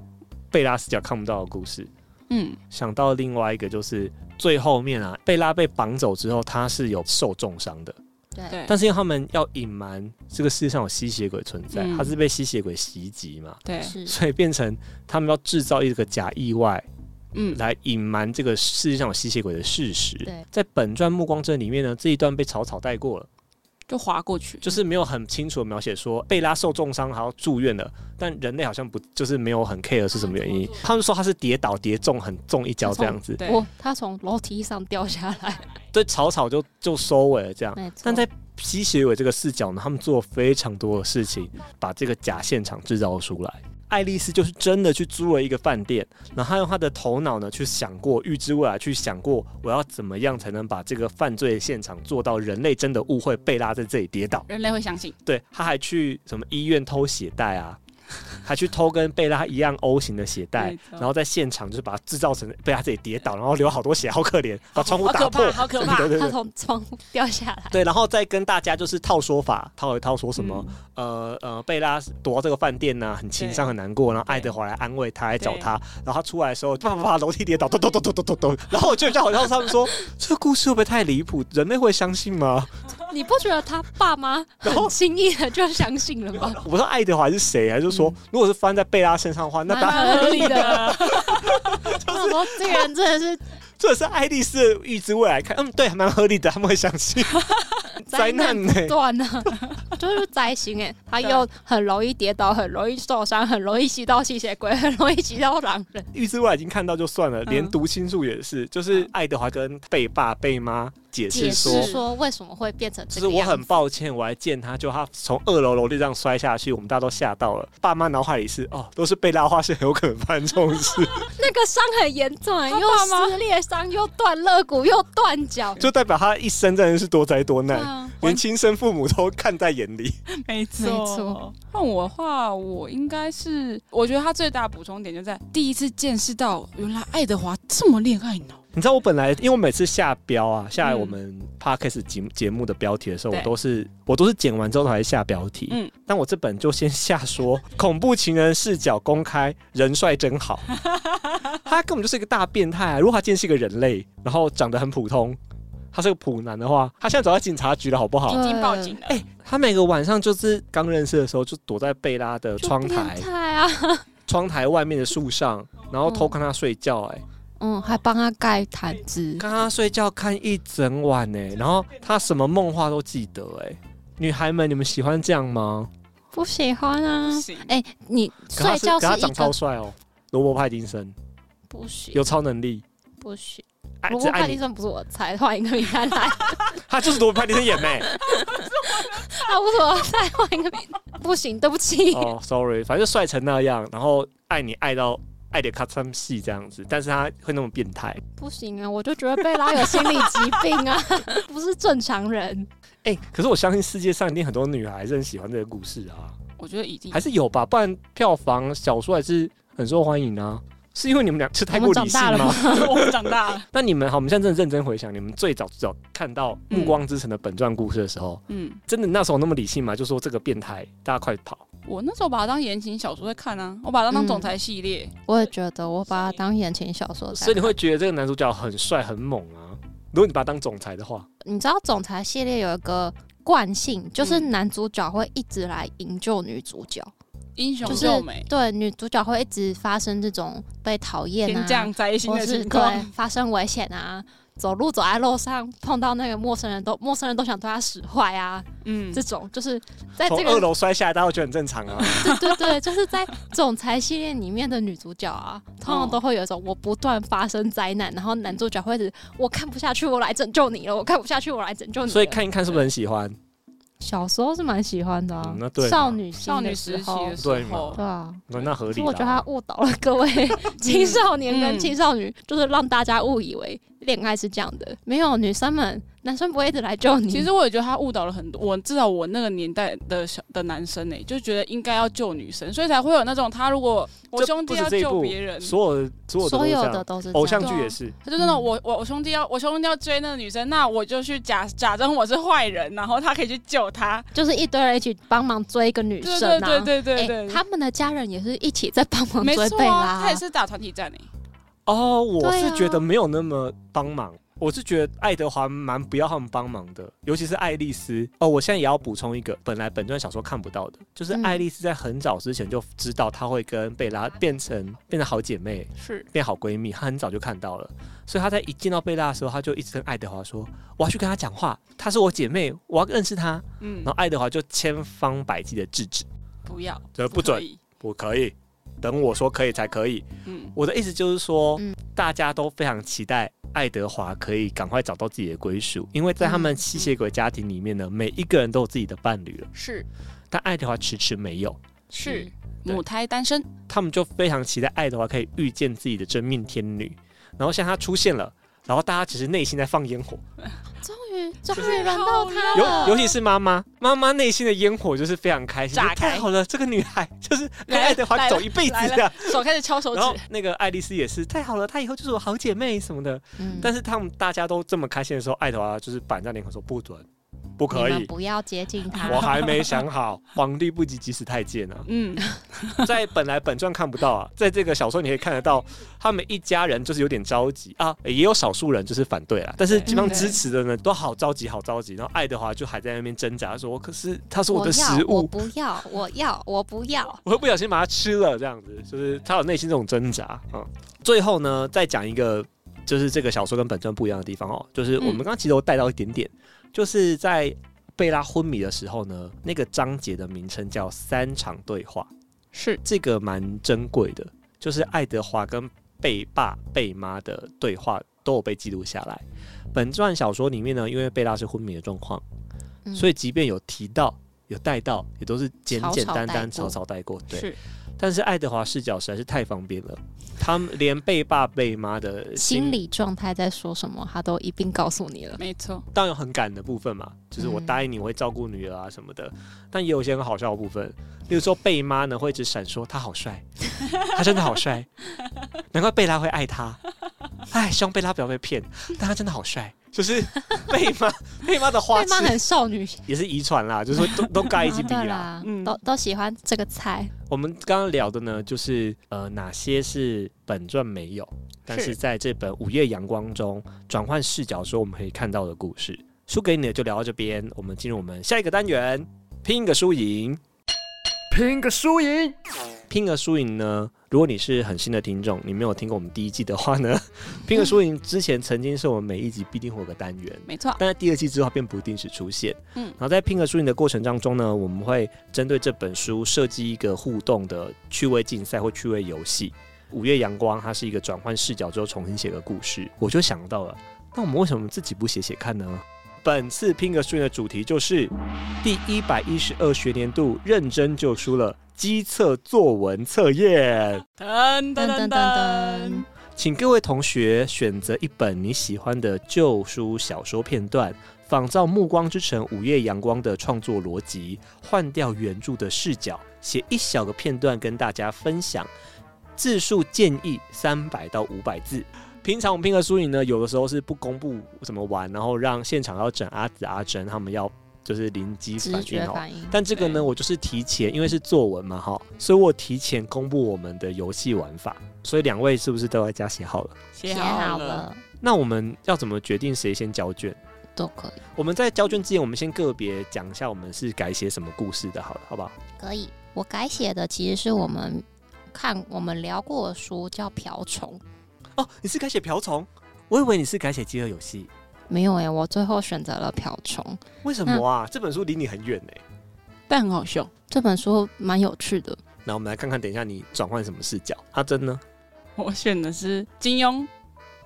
S1: 贝拉视角看不到的故事。
S4: 嗯，
S1: 想到另外一个就是最后面啊，贝拉被绑走之后，他是有受重伤的，
S2: 对，
S4: 对，
S1: 但是因为他们要隐瞒这个世界上有吸血鬼存在，
S4: 嗯
S1: 他是被吸血鬼袭击嘛，
S4: 对，
S2: 是
S1: 所以变成他们要制造一个假意外，
S4: 嗯，
S1: 来隐瞒这个世界上有吸血鬼的事实
S2: 对。
S1: 在本传《暮光镇》里面呢，这一段被草草带过了，
S4: 就划过去，
S1: 就是没有很清楚的描写说贝拉受重伤还要住院了，但人类好像不就是没有很 care 是什么原因。他们说他是跌倒跌中很重一跤这样子，
S4: 对，
S2: 我他从楼梯上掉下来，
S1: 对，草草就就收尾了这样。
S2: 没错，
S1: 但在吸血鬼这个视角呢，他们做了非常多的事情，把这个假现场制造出来。爱丽丝就是真的去租了一个饭店，然后她用她的头脑呢去想过预知未来，去想过我要怎么样才能把这个犯罪现场做到人类真的误会贝拉在这里跌倒。
S4: 人类会相信，
S1: 对，她还去什么医院偷血袋啊，还去偷跟贝拉一样 O 型的鞋带
S4: 没，错
S1: 然后在现场就是把它制造成贝拉自己跌倒，然后流好多血，好可怜，把窗户
S4: 好
S1: 打
S4: 可
S1: 破
S4: 怕，，好可怕
S1: 对！对
S2: 他
S1: 对。
S2: 从窗户掉下来，
S1: 对，然后再跟大家就是套说法，套一套说什么，
S4: 嗯
S1: 呃呃，贝拉躲到这个饭店呐、很轻伤，很难过，然后爱德华来安慰他，来找
S4: 对
S1: 他，然后他出来的时候，啪啪啪，楼梯跌倒，咚咚咚咚咚咚咚，然后我就叫好像他们说， 这故事会不会太离谱？人类会相信吗？
S2: 你不觉得他 爸妈很轻易的就相信了吗？
S1: 我不知道爱德华是谁啊，
S4: 嗯
S1: 就是说，如果是翻在贝拉身上的话，那当
S2: 蛮合理
S4: 的，
S2: 我说这个人真的是
S1: 这是爱丽丝的预知未来看，嗯，对，还蛮合理的，他们会相信 灾难呢、啊
S2: 不 断呢，就是灾星哎，他又很容易跌倒，很容易受伤，很容易吸到吸血鬼， 很容易吸到狼人。
S1: 预知未来已经看到就算了，连
S4: 嗯
S1: 读心术也是，就是爱德华跟贝爸贝妈解释
S2: 解
S1: 说。
S2: 释说为什么会变成
S1: 就
S2: 这
S1: 是
S2: 个
S1: 我
S2: 样
S1: 很
S2: 子，
S1: 抱歉，我还见他，就他从二楼楼梯这样摔下去，我们大家都吓到了。爸妈脑海里是哦，都是贝拉花是很有可能发生这种 事，
S2: 那个伤很严重哎，
S4: 他
S2: 又
S4: 爸妈
S2: 撕裂伤，又断肋骨，又断脚。
S1: 就代表他一生真的是多灾多
S2: 对
S1: 难，
S2: 啊，
S1: 连亲生父母都看在眼里。
S4: 没错。
S2: 没错
S4: 换我的话，我应该是，我觉得他最大的补充点就在第一次见识到，原来爱德华这么恋爱脑。
S1: 你知道我本来因为我每次下标啊，下来
S4: 嗯
S1: 我们 podcast 节目节目的标题的时候，我
S4: 对
S1: 都是我都是剪完之后才下标题。嗯
S4: 嗯，
S1: 但我这本就先下 说恐怖情人视角公开，人帅真好。他根本就是一个大变态、啊。如果他今天是一个人类，然后长得很普通，他是个普男的话，他现在走到警察局了，好不好？
S2: 对
S4: 已经报警了，
S1: 哎、他每个晚上就是刚认识的时候，就躲在贝拉的
S2: 就
S1: 窗台
S2: 变态啊，
S1: 窗台外面的树上，然后偷看他睡觉、哎。
S2: 嗯，还帮他盖毯子，
S1: 刚刚睡觉看一整晚呢、然后他什么梦话都记得哎、女孩们，你们喜欢这样吗？
S2: 不喜欢啊
S4: 不。行，
S2: 哎、你
S1: 可他
S2: 睡觉
S1: 可
S2: 是
S1: 他
S2: 一
S1: 长超
S2: 个
S1: 帅哦，罗伯·派丁森
S2: 不行
S1: 有超能力，
S2: 不行，
S1: 爱
S2: 不
S1: 只
S2: 过
S1: 爱
S2: 派丁
S1: 你，
S2: 森不是我猜，换一个名单来，
S1: 他就是罗伯·派丁森演妹
S2: 他啊不是我猜，换一个名，不行， 对不起，
S1: 哦，sorry，反正就帅成那样，然后爱你爱到爱的咔嚓戏这样子，但是他会那么变态。
S2: 不行啊，我就觉得贝拉有心理疾病啊， 不是正常人，
S1: 哎、可是我相信世界上一定很多女孩是很喜欢这个故事啊，
S4: 我觉得
S2: 嗯
S4: 已经
S1: 还是有吧，不然票房小说还是很受欢迎啊。是因为你们俩是太过
S2: 我
S1: 理
S2: 们长
S1: 性
S2: 大了
S1: 吗？
S4: 我们长大了。
S1: 那你们好，我们现在真的认真回想，你们最早最早看到《
S2: 嗯
S1: 暮光之城》的本传故事的时候，
S4: 嗯，
S1: 真的那时候那么理性吗？就说这个变态，大家快跑！
S4: 我那时候把它当言情小说在看啊，我把它当总裁系列。
S2: 我也觉得我把它当言情小说在
S1: 所以你会觉得这个男主角很帅很猛啊。如果你把他当总裁的话，
S2: 你知道总裁系列有一个惯性，就是
S4: 嗯
S2: 男主角会一直来营救女主角，
S4: 英雄
S2: 就是
S4: 救美，
S2: 对，女主角会一直发生这种被讨厌
S4: 天
S2: 啊
S4: 降，灾星
S2: 或
S4: 的
S2: 是
S4: 情
S2: 对
S4: 况，
S2: 发生危险啊。走路走在路上碰到那个陌生人都陌生人都想对他使坏啊，
S4: 嗯
S2: 这，种就是在
S1: 从
S2: 哎这
S1: 二
S2: 个
S1: 楼摔下来，大家会觉得很正常啊。
S2: 对对对，就是在总裁系列里面的女主角啊，通常
S1: 哦
S2: 都会有一种我不断发生灾难，然后男主角会是我看不下去，我来拯救你了，我看不下去，我来拯救你了。
S1: 所以看一看是不是很喜欢？
S2: 小时候是蛮喜欢的、啊
S1: 嗯那对嘛
S2: 少女心
S4: 少女
S2: 的
S4: 时期
S2: 候
S4: 的，
S1: 对
S4: 时
S1: 嘛
S4: 候
S2: 对，啊。
S1: 那那合
S2: 所
S1: 理
S2: 以我觉得他
S1: 啦。
S2: 误导了各 位青少年跟
S4: 嗯
S2: 青少女，就是让大家误以为恋爱是这样的。没有，女生们，男生不会一直来救你。
S4: 其实我也觉得他误导了很多，我至少我那个年代的小的男生呢、欸就觉得应该要救女生，所以才会有那种他如果我
S1: 这
S4: 兄
S1: 不
S4: 弟
S1: 是
S4: 要
S1: 这一部
S4: 救别人，
S1: 所有的所有的都是这样
S2: 嗯所有的都是这样
S1: 偶像剧也是，
S4: 他就那种我我我兄弟要我兄弟要追那个女生，那我就去假假装我是坏人，然后他可以去救她。
S2: 就是一堆人一起帮忙追一个女
S4: 对
S2: 生
S4: 对
S2: 啊。
S4: 对对对
S2: 哎
S4: 对，
S2: 他们的家人也是一起在帮 忙
S4: 没
S2: 追
S4: 错
S2: 贝拉
S4: 啊，，他也是打团体战诶、
S1: 哦，我
S2: 对
S1: 是
S2: 啊
S1: 觉得没有那么帮忙，我是觉得爱德华蛮不要他们帮忙的，尤其是爱丽丝。哦，我现在也要补充一个，本来本传小说看不到的，就是
S2: 嗯
S1: 爱丽丝在很早之前就知道她会跟贝拉变成变成好姐妹，
S4: 是
S1: 变好闺蜜，她很早就看到了，所以她在一见到贝拉的时候，她就一直跟爱德华说：“我要去跟她讲话，她是我姐妹，我要认识她。”
S4: 嗯
S1: 然后，爱德华就千方百计的制止，
S4: 不要，
S1: 这不
S4: 可
S1: 准，
S4: 以
S1: 不可以，等我说可以才可以。
S4: 嗯，
S1: 我的意思就是说，
S2: 嗯
S1: 大家都非常期待爱德华可以赶快找到自己的归属，因为在他们
S4: 嗯
S1: 吸血鬼家庭里面呢，每一个人都有自己的伴侣了，
S4: 是
S1: 但爱德华迟迟没有。
S4: 是
S2: 嗯
S1: 对
S4: 母胎单身，
S1: 他们就非常期待爱德华可以遇见自己的真命天女，然后像他出现了，然后大家其实内心在放烟火，
S2: 终于终于轮到他
S1: 尤
S4: 啊
S2: 了，
S1: 尤其是妈妈，妈妈内心的烟火就是非常开心，就
S4: 炸
S1: 太
S4: 开
S1: 好了，这个女孩就是跟
S4: 来了
S1: 爱德华
S4: 来
S1: 走
S4: 了
S1: 一辈子
S4: 来了
S1: 的。
S4: 手开始敲手指
S1: 然，后那个爱丽丝也是太好了，她以后就是我好姐妹什么的。
S2: 嗯
S1: 但是他们大家都这么开心的时候，爱德华就是板在脸孔说不准，不
S2: 你
S1: 可
S2: 们
S1: 以，
S2: 不要接近他
S1: 我。还没想好。皇帝不急急死太监 啊，
S4: 嗯，
S1: 在本来本传看不到啊，在这个小说你可以看得到，他们一家人就是有点着急啊，也有少数人就是反对啦，但是基本上支持的呢都好着急，好着急。然后爱德华就还在那边挣扎，说可是他是我的
S2: 要
S1: 食，
S2: 我
S1: 物，
S2: 不要，我要，我不要。
S1: 我会不小心把它吃了，这样子就是他有内心这种挣扎啊、嗯最后呢，再讲一个就是这个小说跟本传不一样的地方哦，就是我们
S4: 嗯
S1: 刚刚其实有带到一点点，就是在贝拉昏迷的时候呢，那个章节的名称叫三场对话。
S4: 是
S1: 这个蛮珍贵的，就是爱德华跟贝爸贝妈的对话都有被记录下来。本传小说里面呢，因为贝拉是昏迷的状况，
S2: 嗯
S1: 所以即便有提到、有带到，也都是简
S2: 草草
S1: 简单
S2: 带
S1: 单、
S2: 过
S1: 草草带过。对，
S4: 是，
S1: 但是爱德华视角实在是太方便了，他们连贝爸贝妈的
S2: 心理状态在说什么，他都一并告诉你了。
S4: 没错，
S1: 当然有很感人的部分嘛，就是我
S2: 嗯
S1: 答应你我会照顾女儿啊什么的，但也有一些很好笑的部分，例如说贝妈呢会一直闪说他好 帅，他真的好帅，难怪贝拉会爱他，哎，希望贝拉不要被骗，但他真的好帅，就是贝妈贝妈的花
S2: 对
S1: 痴
S2: 妈很少女，
S1: 也是遗传啦，就是说都都盖一起比
S2: 对
S1: 啦。
S2: 啦，
S4: 嗯
S2: 都都喜欢这个菜。
S1: 我们刚刚聊的呢，就是呃哪些是本传没有，但是
S4: 是
S1: 在这本《午夜阳光》中转换视角时候我们可以看到的故事。输给你的就聊到这边，我们进入我们下一个单元，拼个输赢。
S5: 拼个输赢。
S1: 拼个输赢呢，如果你是很新的听众，你没有听过我们第一季的话呢，拼个输赢之前曾经是我们每一集必定会有个单元。
S4: 没错，
S1: 但在第二季之后它便不定时出现。嗯
S4: 嗯，
S1: 然后在拼合输赢的过程当中呢，我们会针对这本书设计一个互动的趣味竞赛或趣味游戏。午夜阳光，它是一个转换视角之后重新写个故事，我就想到了，那我们为什么自己不写写看呢？本次拼个输赢的主题就是第一百一十二学年度认真就输了机测作文测验。
S2: 噔
S4: 噔
S2: 噔噔噔，，
S1: 请各位同学选择一本你喜欢的旧书小说片段，仿照《暮光之城》《午夜阳光》的创作逻辑，换掉原著的视角，写一小个片段跟大家分享。字数建议三百到五百字。平常我们拼个输赢呢，有的时候是不公布怎么玩，然后让现场要整阿紫、阿珍他们要就是临机
S2: 直
S1: 反应
S2: 觉
S1: 哦。
S2: 反应。
S1: 但这个呢，
S4: 对
S1: 我就是提前，因为是作文嘛，哈，所以我提前公布我们的游戏玩法。所以两位是不是都在家写好了？
S4: 写
S2: 写
S4: 好
S2: 好
S4: 了，
S2: 了
S1: 那我们要怎么决定谁先交卷？
S2: 都可以，
S1: 我们在交卷之前，我们先个别讲一下我们是改写什么故事的，好了，好不好？
S2: 可以。我改写的其实是我们看我们聊过的书叫《瓢虫》，
S1: 哦，你是改写瓢虫，我以为你是改写饥饿游戏，
S2: 没有诶、欸我最后选择了《瓢虫》
S1: 为什么啊？这本书离你很远呢、
S4: 但很好笑。
S2: 这本书，蛮有趣的。
S1: 那我们来看看，等一下你转换什么视角？阿珍呢？
S4: 我选的是金庸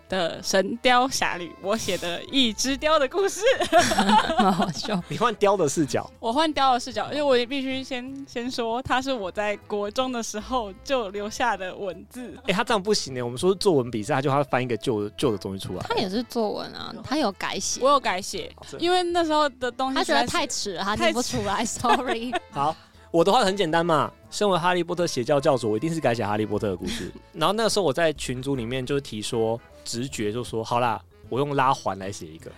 S4: 的《神雕侠侣》，我写的一只雕的故事。
S2: 蛮好笑。
S1: 你换雕的视角，
S4: 我换雕的视角，因为我也必须先先说，它是我在国中的时候就留下的文字。
S1: 哎、他这样不行呢、我们说是作文比赛，他就他翻一个旧的旧的东西出来。
S2: 他也是作文啊，他有改写
S4: 我，有改写，
S1: 哦
S4: 因为那时候的东西
S2: 他觉得
S4: 实在
S2: 太
S4: 是
S2: 迟了，他念不出来，sorry。
S1: 好，我的话很简单嘛。身为哈利波特邪教教主，我一定是改写哈利波特的故事。然后那个时候我在群组里面就是提说，直觉就说好啦，我用拉环来写一个。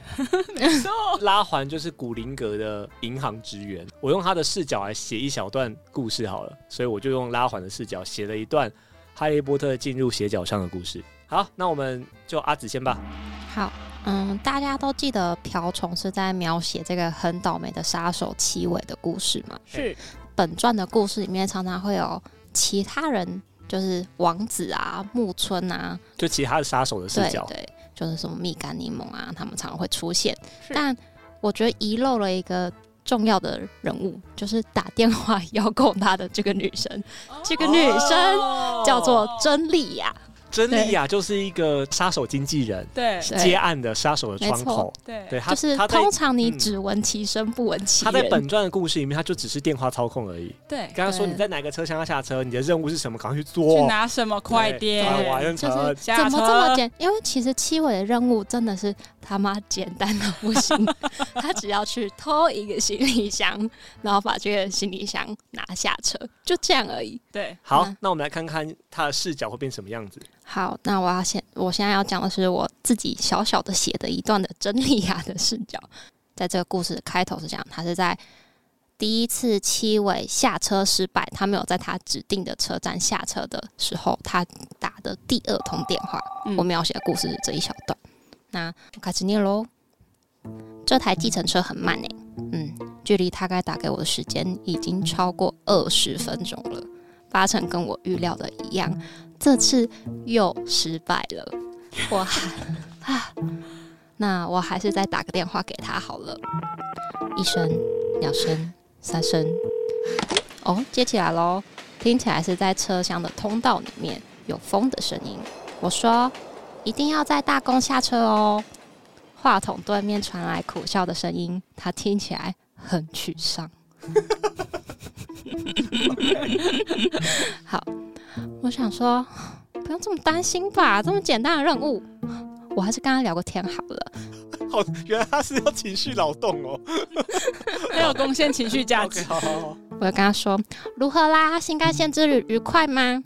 S4: 没错，
S1: 拉环就是古灵阁的银行职员，我用他的视角来写一小段故事好了，所以我就用拉环的视角写了一段哈利波特进入斜角上的故事。好，那我们就阿紫先吧。
S2: 好，嗯，大家都记得瓢虫是在描写这个很倒霉的杀手七尾的故事嘛？
S4: 是
S2: 本传的故事里面常常会有其他人，就是王子啊、木村啊，
S1: 就其他的杀手的视
S2: 对
S1: 角，
S2: 对，就是什么蜜柑柠檬啊，他们常常会出现。
S4: 是
S2: 但我觉得遗漏了一个重要的人物，就是打电话
S1: 哦
S2: 邀功他的这个女生，这个女生叫做真莉亚。
S1: 真理亚就是一个杀手经纪人
S4: 对
S2: 是
S1: 接案的杀手的窗口，
S4: 对
S1: 对他
S2: 就是
S1: 他在
S2: 通常你
S1: 嗯
S2: 只闻其声不闻其
S1: 他在
S2: 人，
S1: 本传的故事里面，他就只是电话操控而已。
S4: 对，
S1: 跟他说
S2: 对
S1: 你在哪个车厢要下车，你的任务是什么，赶快去
S4: 去
S1: 做。
S4: 拿什么快点？
S1: 对完了
S2: 就是
S1: 成
S4: 下
S2: 怎么
S4: 车
S2: 这么简？因为其实七尾的任务真的是他妈简单的不行， 他只要去偷一个行李箱，然后把这个行李箱拿下车，就这样而已。
S4: 对，
S1: 好
S2: 嗯，
S1: 那我们来看看他的视角会变什么样子。
S2: 好，那我要先，我现在要讲的是我自己小小的写的一段的真理亚的视角。在这个故事的开头是这样，他是在第一次七尾下车失败，他没有在他指定的车站下车的时候，他打的第二通电话。
S4: 嗯
S2: 我描写的故事是这一小段。那我开始念喽。这台计程车很慢诶、嗯，距离他该打给我的时间已经超过二十分钟了，八成跟我预料的一样，这次又失败了。我还啊，那我还是再打个电话给他好了。一声、两声、三声，哦，接起来喽，听起来是在车厢的通道里面有风的声音。我说：“一定要在大宫下车哦。”话筒对面传来苦笑的声音，他听起来很沮丧。好，我想说，不用这么担心吧，这么简单的任务，我还是跟他聊个天好了。
S1: 好，哦原来他是要情绪劳动 哦。
S4: 要有贡献情绪价值
S1: OK，。好好 好。
S2: 我就跟他说：“如何啦？新干线之旅愉快吗？”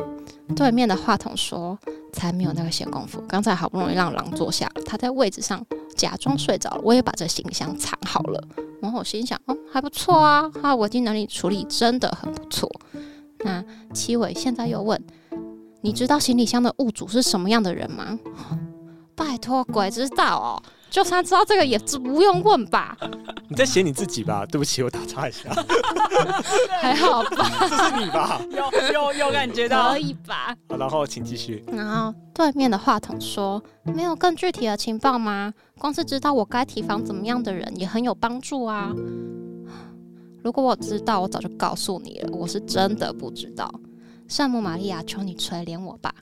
S2: 对面的话筒说：“才没有那个闲工夫，刚才好不容易让狼坐下了，他在位置上假装睡着了，我也把这行李箱藏好了。”然后我心想：“哦，还不错啊，他的危机能力处理真的很不错。”那七尾现在又问：“你知道行李箱的物主是什么样的人吗？”拜托，鬼知道哦！就算知道这个也不用问吧，
S1: 你在写你自己吧？对不起，我打岔一 下，
S2: 还好吧，
S1: 这是你吧？
S4: 有有有感 觉到
S2: 可，以吧？
S1: 好，然后请继续。
S2: 然后对面的话筒说：“没有更具体的情报吗？光是知道我该提防怎么样的人也很有帮助啊。如果我知道，我早就告诉你了。我是真的不知道。圣母玛利亚，求你垂怜我吧。”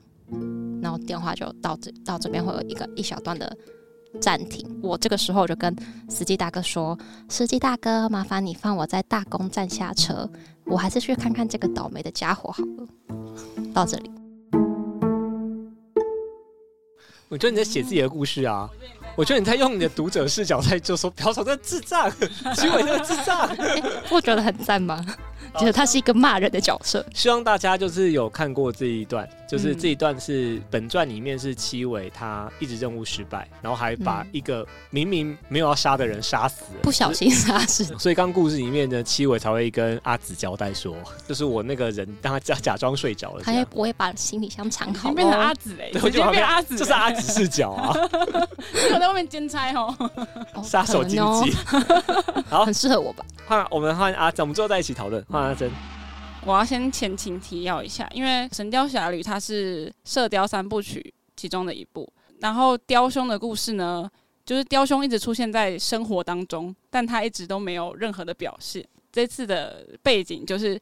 S2: 然后电话就到这到这边会有一个一小段的暂停。我这个时候就跟司机大哥说：“司机大哥，麻烦你放我在大宫站下车，我还是去看看这个倒霉的家伙好了。”到这里。
S1: 我觉得你在写自己的故事啊。我觉得你在用你的读者视角在就说，朴朝在智障，徐伟这个智障。
S2: 不觉得很赞 吗？觉得他是一个骂人的角色，
S1: 希望大家就是有看过这一段，就是
S4: 嗯
S1: 这一段是本传里面是七尾他一直任务失败，然后还把
S2: 嗯
S1: 一个明明没有要杀的人杀死了
S2: 不小。心杀死。
S1: 所以刚故事里面的七尾才会跟阿紫交代说，就是我那个人让他假假装睡着了，这
S2: 他也
S1: 样
S2: 我也把行李箱藏
S4: 已
S2: 好哦
S4: 经
S2: 了，
S4: 变成 阿紫嘞，
S1: 对
S4: 直
S1: 我就
S4: 接
S1: 把它
S4: 变阿紫，
S1: 这是阿紫视角 啊，
S4: 这个在外面兼差哦。
S2: 哦
S1: 杀手经，
S2: 可能
S1: 济
S2: 哦。
S1: 好
S2: 很，适合我吧？
S1: 换我们换阿紫，我们最后再一起讨论。换
S2: 嗯
S1: 阿珍，
S4: 我要先前情提要一下，因为《神雕侠侣》它是《射雕三部曲》其中的一部，然后雕兄的故事呢，就是雕兄一直出现在生活当中，但他一直都没有任何的表示。这次的背景就是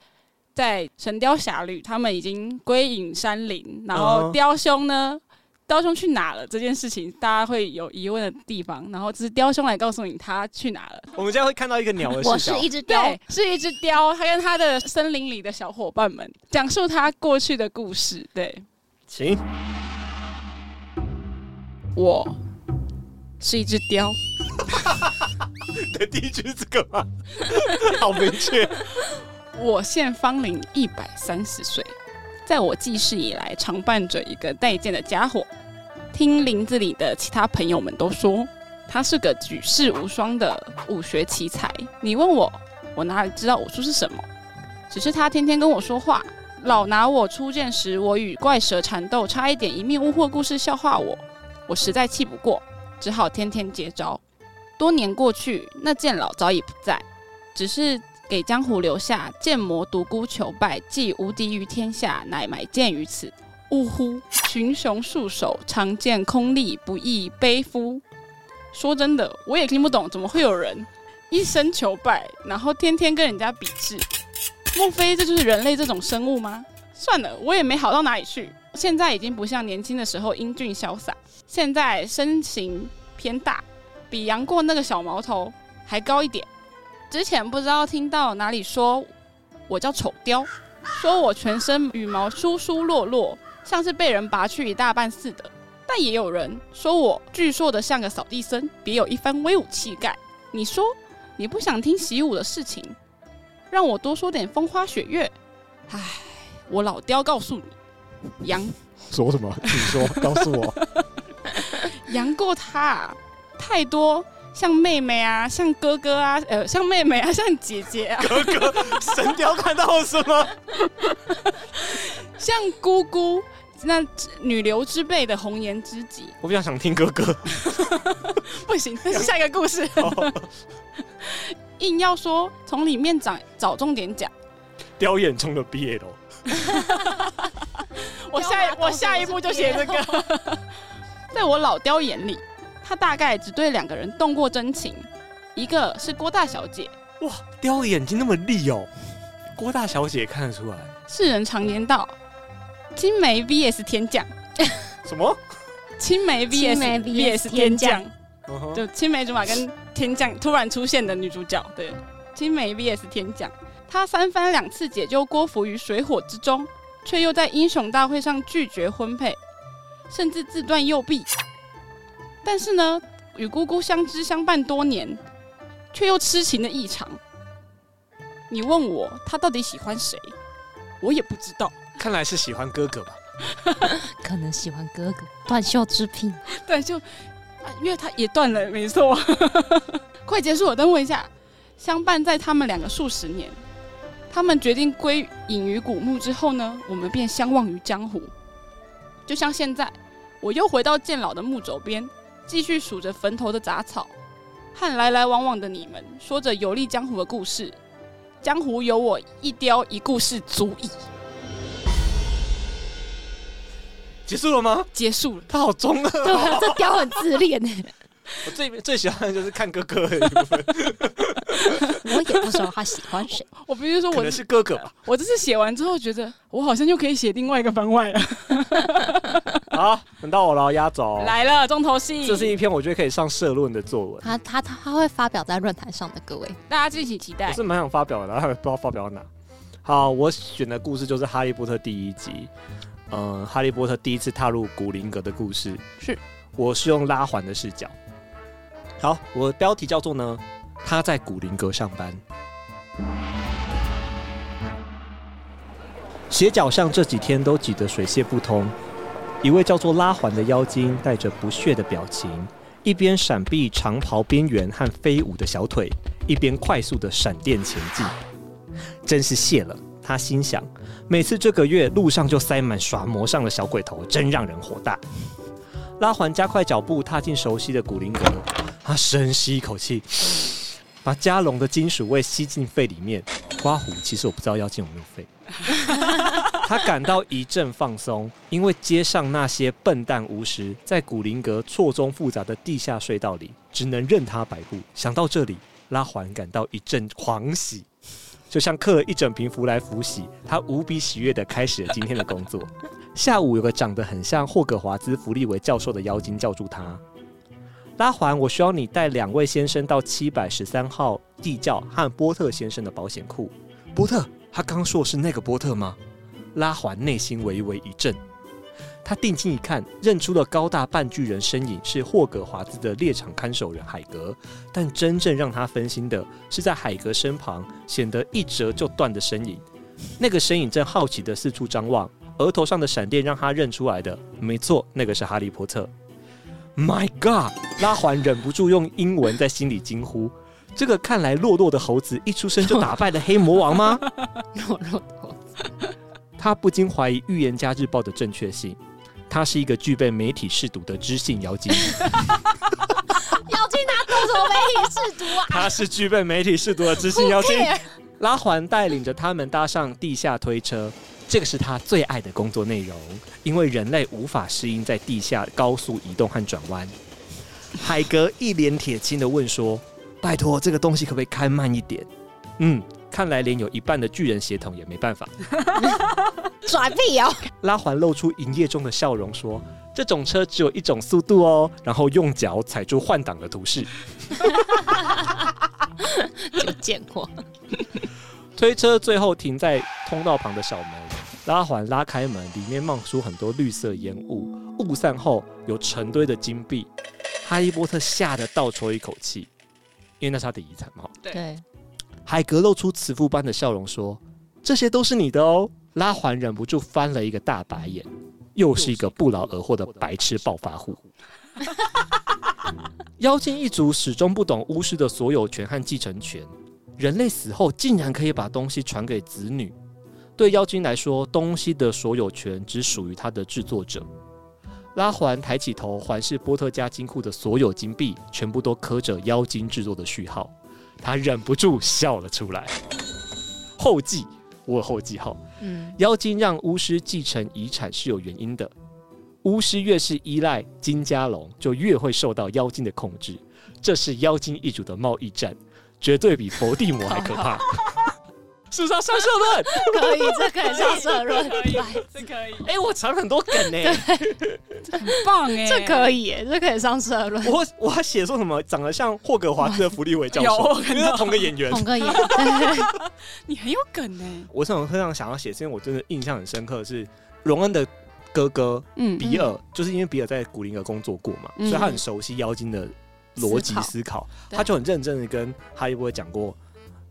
S4: 在《神雕侠侣》，他们已经归隐山林，然后
S1: 嗯
S4: 雕兄呢。雕兄去哪了这件事情，大家会有疑问的地方，然后只是雕兄来告诉你他去哪了。
S1: 我们现在会看到一个鸟的
S2: 我
S1: 视
S2: 是
S1: 角，
S2: 一只雕，
S4: 对，是一只雕，他跟他的森林里的小伙伴们讲述他过去的故事。对
S1: 请
S4: 我是一只雕，
S1: 你的第一句是这个吗？ 好明确，
S4: 我现芳龄一百三十岁，在我记事以来，常伴着一个待见的家伙。听林子里的其他朋友们都说，他是个举世无双的武学奇才。你问我，我哪里知道武术是什么？只是他天天跟我说话，老拿我初见时我与怪蛇缠斗，差一点一命呜呼的故事笑话我，我实在气不过，只好天天接招。多年过去，那剑老早已不在，只是给江湖留下“剑魔独孤求败，既无敌于天下，乃埋剑于此”。呜呼！群雄束手，常见空力，不亦悲夫？说真的，我也听不懂，怎么会有人一生求败，然后天天跟人家比试？莫非这就是人类这种生物吗？算了，我也没好到哪里去，现在已经不像年轻的时候英俊潇洒，现在身形偏大，比杨过那个小毛头还高一点。之前不知道听到哪里说我叫丑雕，说我全身羽毛疏疏落落，像是被人拔去一大半似的。但也有人说我巨硕的像个扫地僧，别有一番威武气概。你说你不想听习武的事情，让我多说点风花雪月。唉，我老刁告诉你，杨
S1: 说什么？你说，告诉我。
S4: 杨过他、啊、太多像妹妹啊，像哥哥啊，呃，像妹妹啊，像姐姐啊，
S1: 哥哥， 神雕看到了什么？
S4: 像姑姑。那女流之辈的红颜知己，
S1: 我比较想听哥哥。
S4: 不行，这是下一个故事。硬要说从里面找找重点讲，
S1: 雕眼中的 BL，
S4: 我下我下一步就写这个。 在我老雕眼里，他大概只对两个人动过真情，一个是郭大小姐，
S1: 哇，雕的眼睛那么利哦，郭大小姐看得出来。
S4: 世人常言道，青梅 VS 天降，
S1: 什么？
S4: 青梅
S2: 青
S4: VS
S2: 梅 VS
S4: 天
S2: 天
S4: 降
S2: 降，
S1: 嗯哼
S4: 就青梅竹马跟天降突然出现的女主角，对，青梅 VS 天降，她三番两次解救郭芙于水火之中，却又在英雄大会上拒绝婚配，甚至自断右臂。但是呢，与姑姑相知相伴多年，却又痴情的异常。你问我她到底喜欢谁，我也不知道。
S1: 看来是喜欢哥哥吧？
S2: 可能喜欢哥哥断袖之 癖，
S4: 对，就、啊因为他也断了，没错。 快结束了，等我一下。相伴在他们两个数十年，他们决定归隐于古墓之后呢，我们便相忘于江湖。就像现在，我又回到渐老的墓冢边，继续数着坟头的杂草，和来来往往的你们说着游历江湖的故事。江湖有我一雕一故事足矣。
S1: 结束了吗？
S4: 结束了，
S1: 他好中二
S2: 对
S1: 哦！
S2: 啊，这雕很自恋 呢。
S1: 我最最喜欢的就是看哥 哥的部分，
S2: 我也不知道他喜欢谁，
S4: 我必须说
S1: 可
S4: 我
S1: 能是哥哥吧。
S4: 我这次写完之后，觉得我好像又可以写另外一个番外了。
S1: 好，轮到我了，压轴。，
S4: 来了，重头戏，
S1: 哦这是一篇我觉得可以上社论的作文，
S2: 他他他他会发表在论坛上的 各位。
S4: 大家敬请期
S1: 我
S4: 待。
S1: 是蛮想发表的，但不知道发表到哪。好，我选的故事就是《哈利波特》第一集，嗯、哈利波特第一次踏入古灵阁的故事。
S4: 是，
S1: 我是用拉环的视角。好，我的标题叫做呢，他在古灵阁上班。斜角巷这几天都挤得水泄不通，一位叫做拉环的妖精带着不屑的表情，一边闪避长袍边缘和飞舞的小腿，一边快速的闪电前进。真是谢了，他心想，每次这个月路上就塞满耍魔上的小鬼头，真让人火大。拉环加快脚步踏进熟悉的古灵阁，他深吸一口气，把加隆的金属味吸进肺里面。刮胡，其实我不知道妖精有没有肺。他感到一阵放松，因为街上那些笨蛋巫师在古灵阁错综复杂的地下隧道里，只能任他摆布。想到这里，拉环感到一阵狂喜，就像嗑了一整瓶福来福喜，他无比喜悦地开始了今天的工作。下午有个长得很像霍格华兹弗利维教授的妖精叫住他：“拉环，我需要你带两位先生到七百十三号地窖和波特先生的保险库。”波特，他刚说是那个波特吗？拉环内心微微一震，他定睛一看，认出了高大半巨人身影是霍格华兹的猎场看守人海格。但真正让他分心的是，在海格身旁显得一折就断的身影。那个身影正好奇的四处张望，额头上的闪电让他认出来的，没错，那个是哈利波特。My God！拉环忍不住用英文在心里惊呼：“这个看来落落的猴子一出生就打败了黑魔王吗？”
S2: 弱弱头，
S1: 他不禁怀疑《预言家日报》的正确性。他是一个具备媒体试读的知性妖精，
S2: 妖精拿毒什么媒体试毒啊？
S1: 他是具备媒体试读的知性妖精。拉环带领着他们搭上地下推车，这个是他最爱的工作内容，因为人类无法适应在地下高速移动和转弯。海格一脸铁青的问说：“拜托，这个东西可不可以开慢一点？”嗯，看来连有一半的巨人血统也没办法。
S2: 拽屁哦！
S1: 拉环露出营业中的笑容说：“这种车只有一种速度哦。”然后用脚踩住换挡的图示。
S2: 有见过，
S1: 推车最后停在通道旁的小门，拉环拉开门，里面冒出很多绿色烟雾，雾散后有成堆的金币。哈利波特吓得倒抽一口气，因为那是他的遗产哦嘛。
S2: 对，
S1: 海格露出慈父般的笑容说：“这些都是你的哦。”拉环忍不住翻了一个大白眼，又是一个不劳而获的白痴暴发户。妖精一族始终不懂巫师的所有权和继承权，人类死后竟然可以把东西传给子女。对妖精来说，东西的所有权只属于它的制作者。拉环抬起头环视波特家金库的所有金币，全部都刻着妖精制作的序号。他忍不住笑了出来。后记，我有后记号。
S2: 嗯，
S1: 妖精让巫师继承遗产是有原因的，巫师越是依赖金家龙，就越会受到妖精的控制。这是妖精一族的贸易战，绝对比伏地魔还可怕。是不是要上社论？
S2: 可以，这可以上社论，
S4: 可以
S2: 来，
S4: 这可以，
S1: 哎、我藏很多梗呢、
S4: 很棒哎、
S2: 这可以耶，这可以上社论。
S1: 我我还写说什么长得像霍格华兹的弗利维教
S4: 有我
S1: 授，因
S4: 看
S1: 为
S4: 到
S1: 他同个演员。
S2: 红哥也，
S4: 你很有梗哎、
S1: 我这种非常想要写，是因为我真的印象很深刻，是荣恩的哥哥
S4: 嗯
S1: 比尔，就是因为比尔在古灵阁工作过嘛，
S4: 嗯
S1: 所以他很熟悉妖精的逻辑思考，
S4: 对
S1: 他就很认真的跟哈利波特讲过，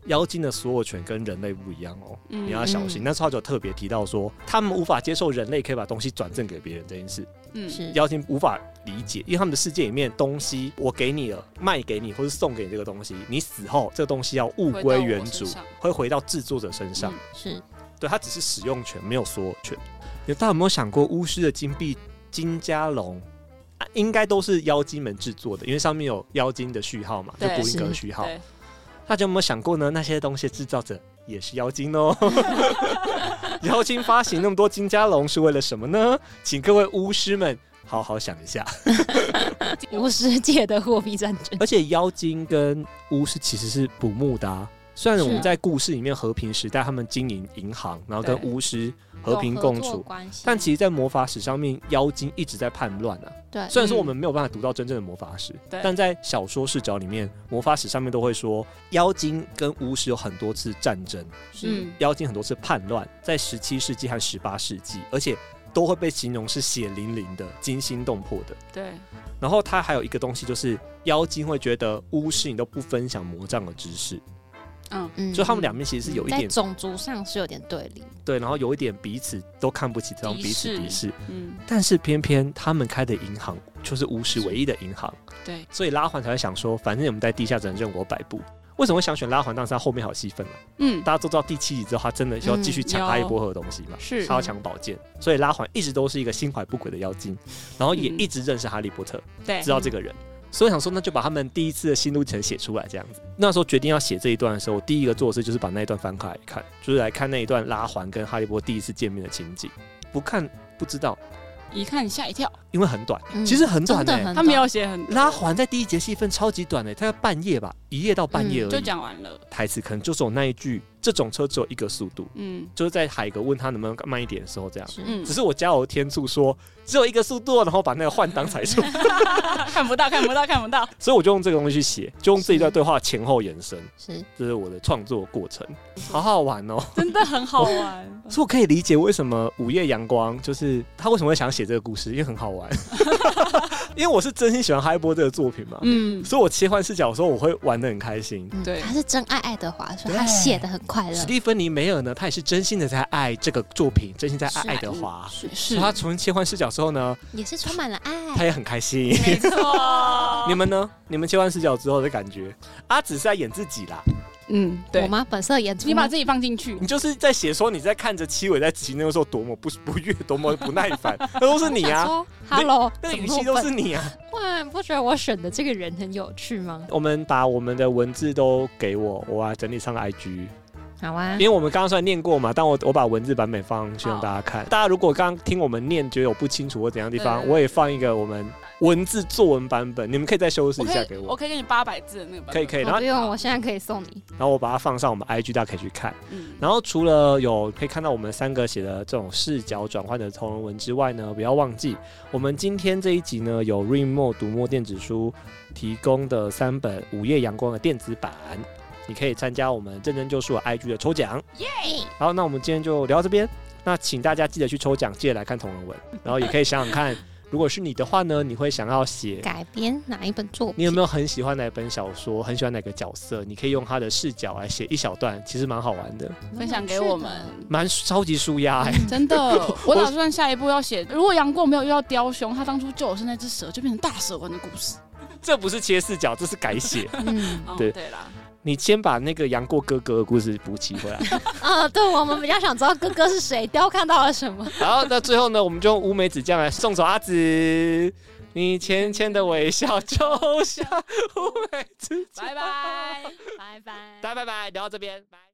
S1: 妖精的所有权跟人类不一样哦，
S4: 嗯
S1: 你要小心。
S2: 嗯
S1: 那时候他就特别提到说，他们无法接受人类可以把东西转赠给别人这件事，
S4: 嗯
S2: 是
S1: 妖精无法理解，因为他们的世界里面东西我给你了，卖给你或是送给你这个东西，你死后这个东西要物
S4: 回到
S1: 归
S4: 我
S1: 原
S4: 身
S1: 主
S4: 上，
S1: 会回到制作者身上。
S4: 嗯
S2: 是
S1: 对，它只是使用权，没有所有权。你大家有没有想过，巫师的金币金加龙、啊、应该都是妖精们制作的，因为上面有妖精的序号嘛，就
S4: 对
S1: 古灵阁
S2: 是
S1: 序号。
S4: 对
S1: 大家有没有想过呢？那些东西的制造者也是妖精哦。 妖精发行那么多金加龙是为了什么呢？请各位巫师们好好想一下。
S2: 巫师界的货币战争，
S1: 而且妖精跟巫师其实是不睦的、啊。虽然我们
S2: 是
S1: 在故事里面和平时代，他们经营银行，然后跟
S4: 对
S1: 巫师和平共处，
S2: 关系
S1: 但其实，在魔法史上面，妖精一直在叛乱啊。
S2: 对嗯
S1: 虽然说我们没有办法读到真正的魔法史，
S4: 对
S1: 但在小说视角里面，魔法史上面都会说，妖精跟巫师有很多次战争，
S2: 是
S4: 嗯
S1: 妖精很多次叛乱，在十七世纪和十八世纪，而且都会被形容是血淋淋的、惊心动魄的。
S4: 对
S1: 然后它还有一个东西，就是妖精会觉得巫师你都不分享魔杖的知识，
S4: 嗯
S2: 嗯
S1: 所以他们两边其实是有一
S2: 在
S1: 点
S2: 种族上是有点对立，
S1: 对，然后有一点彼此都看不起，这样
S4: 敌
S1: 彼此
S4: 视
S1: 敌视。
S4: 嗯
S1: 但是偏偏他们开的银行就是巫师唯一的银行，
S4: 对，
S1: 所以拉环才会想说，反正你们在地下只能任我摆布。为什么会想选拉环？当时他后面好戏份嘛，
S4: 嗯
S1: 大家都知道第七集之后，他真的需要继续抢
S4: 嗯
S1: 哈利波特的东西嘛，
S4: 是
S1: 他要抢宝剑，所以拉环一直都是一个心怀不轨的妖精，然后也
S4: 嗯
S1: 一直认识哈利波特，
S4: 对
S1: 知道这个人。所以想说，那就把他们第一次的心路历程写出来，这样子。那时候决定要写这一段的时候，我第一个做的事就是把那一段翻开来看，就是来看那一段拉环跟哈利波特第一次见面的情景。不看不知道，
S4: 一看吓一跳，
S1: 因为很短，
S2: 嗯
S1: 其实很短欸
S2: 真
S1: 的、
S2: 的很
S4: 他没有写很
S1: 拉环在第一节戏份超级短的、欸他要半夜吧，一夜到半夜而已。
S4: 嗯就讲完了，
S1: 台词，可能就只有那一句：“这种车只有一个速度。
S4: 嗯”
S1: 就是在海格问他能不能慢一点的时候，这样。
S2: 是
S4: 嗯
S1: 只，是我加油添醋说只有一个速度哦，然后把那个换挡踩 住，
S4: 看不到看不到看不到，
S1: 所以我就用这个东西去写，就用这一段对话前后延伸，
S2: 是
S1: 这是我的创作过程，好好玩哦。
S4: 真的很好玩，
S1: 所以我可以理解为什么午夜阳光就是他为什么会想写这个故事，因为很好 玩，因为我是真心喜欢哈利波特的作品嘛，
S4: 嗯
S1: 所以我切换视角的时候，我会玩的很开心。
S2: 嗯
S4: 对啊
S2: 他是真爱爱德华，所以
S1: 对
S2: 他写的很快乐
S1: 史，蒂芬妮梅尔呢，她也是真心的在爱这个作品，真心在爱爱德华。
S2: 是
S4: 是嗯
S1: 她重新切换视角之后呢，
S2: 也是充满了
S1: 她
S2: 爱，
S1: 也很开 心。
S4: 没错，
S1: 你们呢？你们切换视角之后的感觉？阿紫是在演自己啦，
S4: 嗯
S2: 我
S4: 对，
S2: 吗？本色演出吗，
S4: 你把自己放进去
S1: 你，就是在写说你在看着七尾在骑那个时候多么不 不悦，多么不耐烦，那都是你啊，
S2: 说 “Hello”，
S1: 那个
S2: 怎么
S1: 语
S2: 那
S1: 气
S2: 么
S1: 都
S2: 笨
S1: 是你啊。
S2: 哇，你不觉得我选的这个人很有趣吗？
S1: 我们把我们的文字都给我，我啊整理上 IG。
S2: 好啊
S1: 因，为我们刚刚虽然念过嘛，但我我把文字版哦本放去让大家看。大家如果刚刚听我们念觉得有不清楚或怎样的地方，
S4: 对
S1: 我也放一个我们文字作文版本，你们可以再修饰
S4: 我
S1: 一
S4: 可
S1: 下
S4: 以
S1: 给我，
S4: 我可以给你八百字的那个版本，
S1: 可以可以。然
S2: 我
S1: 后
S2: 哦不用，我现在可以送你。
S1: 然后我把它放上我们 IG，大家可以去看。
S4: 嗯，
S1: 然后除了有可以看到我们三个写的这种视角转换的同人文之外呢，不要忘记我们今天这一集呢有 r e m o 读墨电子书提供的三本《午夜阳光》的电子版，你可以参加我们正正救赎的 IG 的抽奖。
S2: 耶！
S1: 好，那我们今天就聊到这边。那请大家记得去抽奖，记得来看同人文，然后也可以想想看，如果是你的话呢，你会想要写。
S2: 改编哪一本作品？
S1: 你有没有很喜欢哪本小说？很喜欢哪个角色？你可以用他的视角来写一小段，其实蛮好玩的，
S2: 有
S4: 分享给我们，
S1: 蛮超级舒 压哎、
S4: 嗯真的，我打算下一步要写，如果杨过没有遇到雕兄，他当初救我是那只蛇，就变成大蛇丸的故事。
S1: 这不是切视角，这是改写。
S2: 嗯，
S4: 哦
S1: 对
S4: 对啦，
S1: 你先把那个杨过哥哥的故事补齐回来。
S2: 啊，对我们比较想知道哥哥是谁，雕看到了什么？
S1: 好，那最后呢，我们就用乌梅子酱来送走阿紫。你浅浅的微笑就像乌梅子酱。
S4: 拜拜。
S2: 拜拜
S1: 大家拜拜，聊到这边，拜。